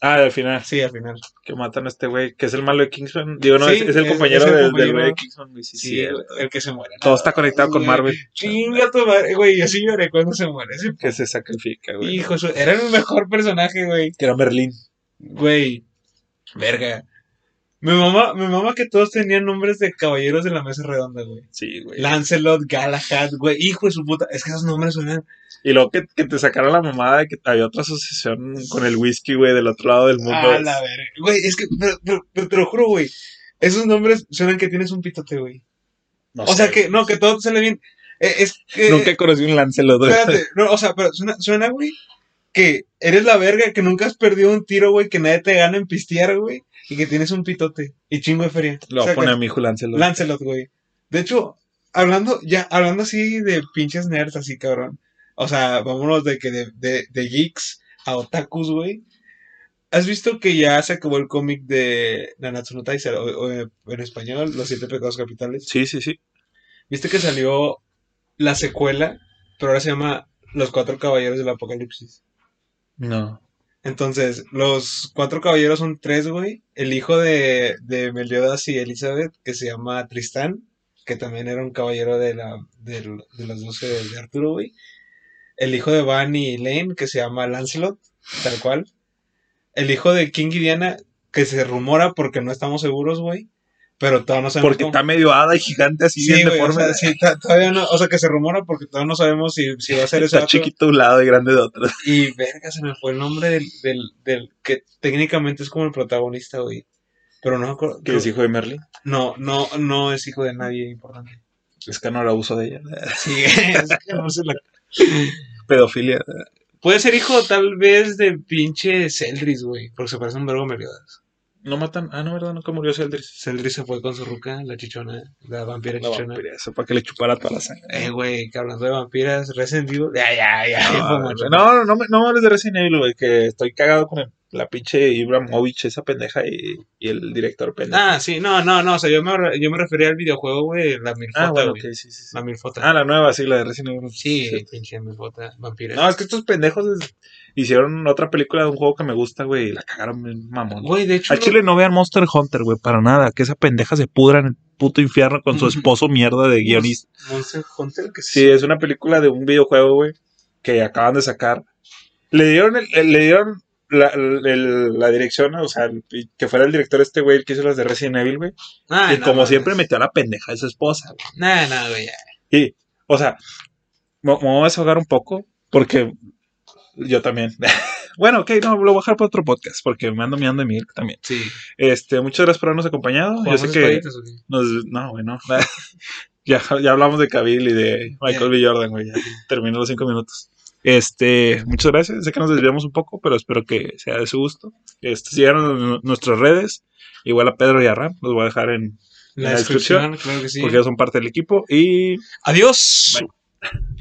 Speaker 1: Ah, al final,
Speaker 2: Sí, al final.
Speaker 1: que matan a este güey, que es el malo de Kingsman. Digo, no,
Speaker 2: Sí,
Speaker 1: es, es el
Speaker 2: es-
Speaker 1: compañero,
Speaker 2: es el
Speaker 1: del- del
Speaker 2: compañero.
Speaker 1: güey de Kingsman, güey. Sí,
Speaker 2: Sí,
Speaker 1: sí,
Speaker 2: güey, el que se muere.
Speaker 1: todo está conectado con
Speaker 2: Güey,
Speaker 1: Marvel,
Speaker 2: Chinga tu madre, güey. Yo sí lloré cuando se muere. ese
Speaker 1: que se sacrifica, güey.
Speaker 2: Hijo, su- era el mejor personaje, güey.
Speaker 1: Que era Merlín.
Speaker 2: Güey. Verga. Mi mamá, mi mamá que todos tenían nombres de caballeros de la mesa redonda, güey.
Speaker 1: Sí, güey.
Speaker 2: Lancelot, Galahad, güey. Hijo de su puta. Es que esos nombres suenan.
Speaker 1: Y luego que, que te sacaron la mamada de que había otra asociación con el whisky, güey, del otro lado del mundo.
Speaker 2: A Ah, la verga. Güey, es que, pero, pero- pero te lo juro, güey. Esos nombres suenan que tienes un pitote, güey.
Speaker 1: No
Speaker 2: O sea
Speaker 1: sé,
Speaker 2: que, no, que todo te sale bien. Eh, es que.
Speaker 1: Nunca este. conocí un Lancelot. güey.
Speaker 2: Espérate, no, o sea, pero suena, suena, güey, que eres la verga, que nunca has perdido un tiro, güey, que nadie te gana en pistear, güey, y que tienes un pitote y chingo de feria.
Speaker 1: Lo
Speaker 2: O
Speaker 1: voy
Speaker 2: sea,
Speaker 1: a poner a
Speaker 2: que-
Speaker 1: mi hijo Lancelot.
Speaker 2: Lancelot, güey. De hecho, hablando, ya, hablando así de pinches nerds, así, cabrón. O sea, vámonos de que de, de, de geeks a otakus, güey. ¿Has visto que ya se acabó el cómic de Nanatsu no Taizai, o, o eh, en español, Los Siete Pecados Capitales?
Speaker 1: Sí, sí, sí.
Speaker 2: ¿Viste que salió la secuela? Pero ahora se llama Los Cuatro Caballeros del Apocalipsis.
Speaker 1: No.
Speaker 2: Entonces, los cuatro caballeros son tres, güey. El hijo de, de Meliodas y Elizabeth, que se llama Tristán, que también era un caballero de, la, del- de los doce de Arturo, güey. El hijo de Van y Lane, que se llama Lancelot, tal cual. El hijo de King y Diana, que se rumora porque no estamos seguros, güey. Pero todavía no sabemos
Speaker 1: Porque
Speaker 2: cómo-
Speaker 1: está medio hada y gigante así,
Speaker 2: Sí,
Speaker 1: bien
Speaker 2: güey,
Speaker 1: deforme.
Speaker 2: o sea, sí, ta- todavía no, o sea, que se rumora porque todavía no sabemos si, si va a ser ese
Speaker 1: está
Speaker 2: vato.
Speaker 1: chiquito de un lado y grande de otro.
Speaker 2: Y verga, se me fue el nombre del, del, del que técnicamente es como el protagonista, güey. Pero no me acuerdo.
Speaker 1: Que es hijo de Merlin.
Speaker 2: No, no, no es hijo de nadie importante.
Speaker 1: Es que no era abuso de ella.
Speaker 2: Sí, es que no se la...
Speaker 1: Pedofilia.
Speaker 2: Puede ser hijo tal vez de pinche Celdris, güey. Porque se parece a un verbo a Meliodas.
Speaker 1: No matan. Ah, no, ¿verdad? Nunca murió Celdris.
Speaker 2: Celdris se fue con su ruca, la chichona, la vampira
Speaker 1: La
Speaker 2: chichona.
Speaker 1: vampira, eso, para que le chupara toda la sangre.
Speaker 2: Eh, güey, que hablando de vampiras, Resident Evil. Ya, ya, ya. ya fue
Speaker 1: No,
Speaker 2: mucho.
Speaker 1: Ah, no, no, no, me- no hables de Resident Evil, güey, que estoy cagado con el- la pinche Ibrahimovic, esa pendeja y, y el director pendejo.
Speaker 2: Ah, sí, no, no, no, o sea, yo me, re- yo me refería al videojuego, güey, la milfota,
Speaker 1: Ah, bueno,
Speaker 2: güey,
Speaker 1: ok, sí, sí, sí.
Speaker 2: la milfota.
Speaker 1: Ah, la nueva, sí, la de Resident Evil.
Speaker 2: sí,
Speaker 1: Sí.
Speaker 2: pinche milfota, vampira.
Speaker 1: No, es que estos pendejos es- hicieron otra película de un juego que me gusta, güey, y la cagaron bien mamón.
Speaker 2: Güey, de hecho,
Speaker 1: Al
Speaker 2: no-
Speaker 1: chile no vean Monster Hunter, güey, para nada, que esa pendeja se pudra en el puto infierno con su esposo mierda de guionista.
Speaker 2: Monster Hunter, que
Speaker 1: Sí, es una película de un videojuego, güey, que acaban de sacar. Le dieron, el- le dieron la, el- la dirección, o sea, que fuera el director este güey el que hizo las de Resident Evil, güey.
Speaker 2: Ah,
Speaker 1: y
Speaker 2: no,
Speaker 1: como
Speaker 2: mames.
Speaker 1: siempre metió a la pendeja de su esposa.
Speaker 2: Nah, nah, güey. ya.
Speaker 1: Y, o sea, me, me voy a desahogar un poco porque yo también. bueno, ok, no, lo voy a dejar para otro podcast porque me ando mirando de mil también.
Speaker 2: Sí.
Speaker 1: Este, muchas gracias por habernos acompañado. Yo
Speaker 2: ¿Jugamos
Speaker 1: sé que
Speaker 2: espaditas o qué?
Speaker 1: nos, no, güey, no. ya, ya hablamos de Kabil y de Michael B. Jordan, güey. Ya terminó los cinco minutos. Este, muchas gracias. Sé que nos desviamos un poco, pero espero que sea de su gusto. Este, sigan en nuestras redes. Igual a Pedro y a Ram, los voy a dejar en
Speaker 2: La
Speaker 1: la descripción,
Speaker 2: descripción, claro que sí.
Speaker 1: porque ellos son parte del equipo. Y
Speaker 2: Adiós.
Speaker 1: Bye.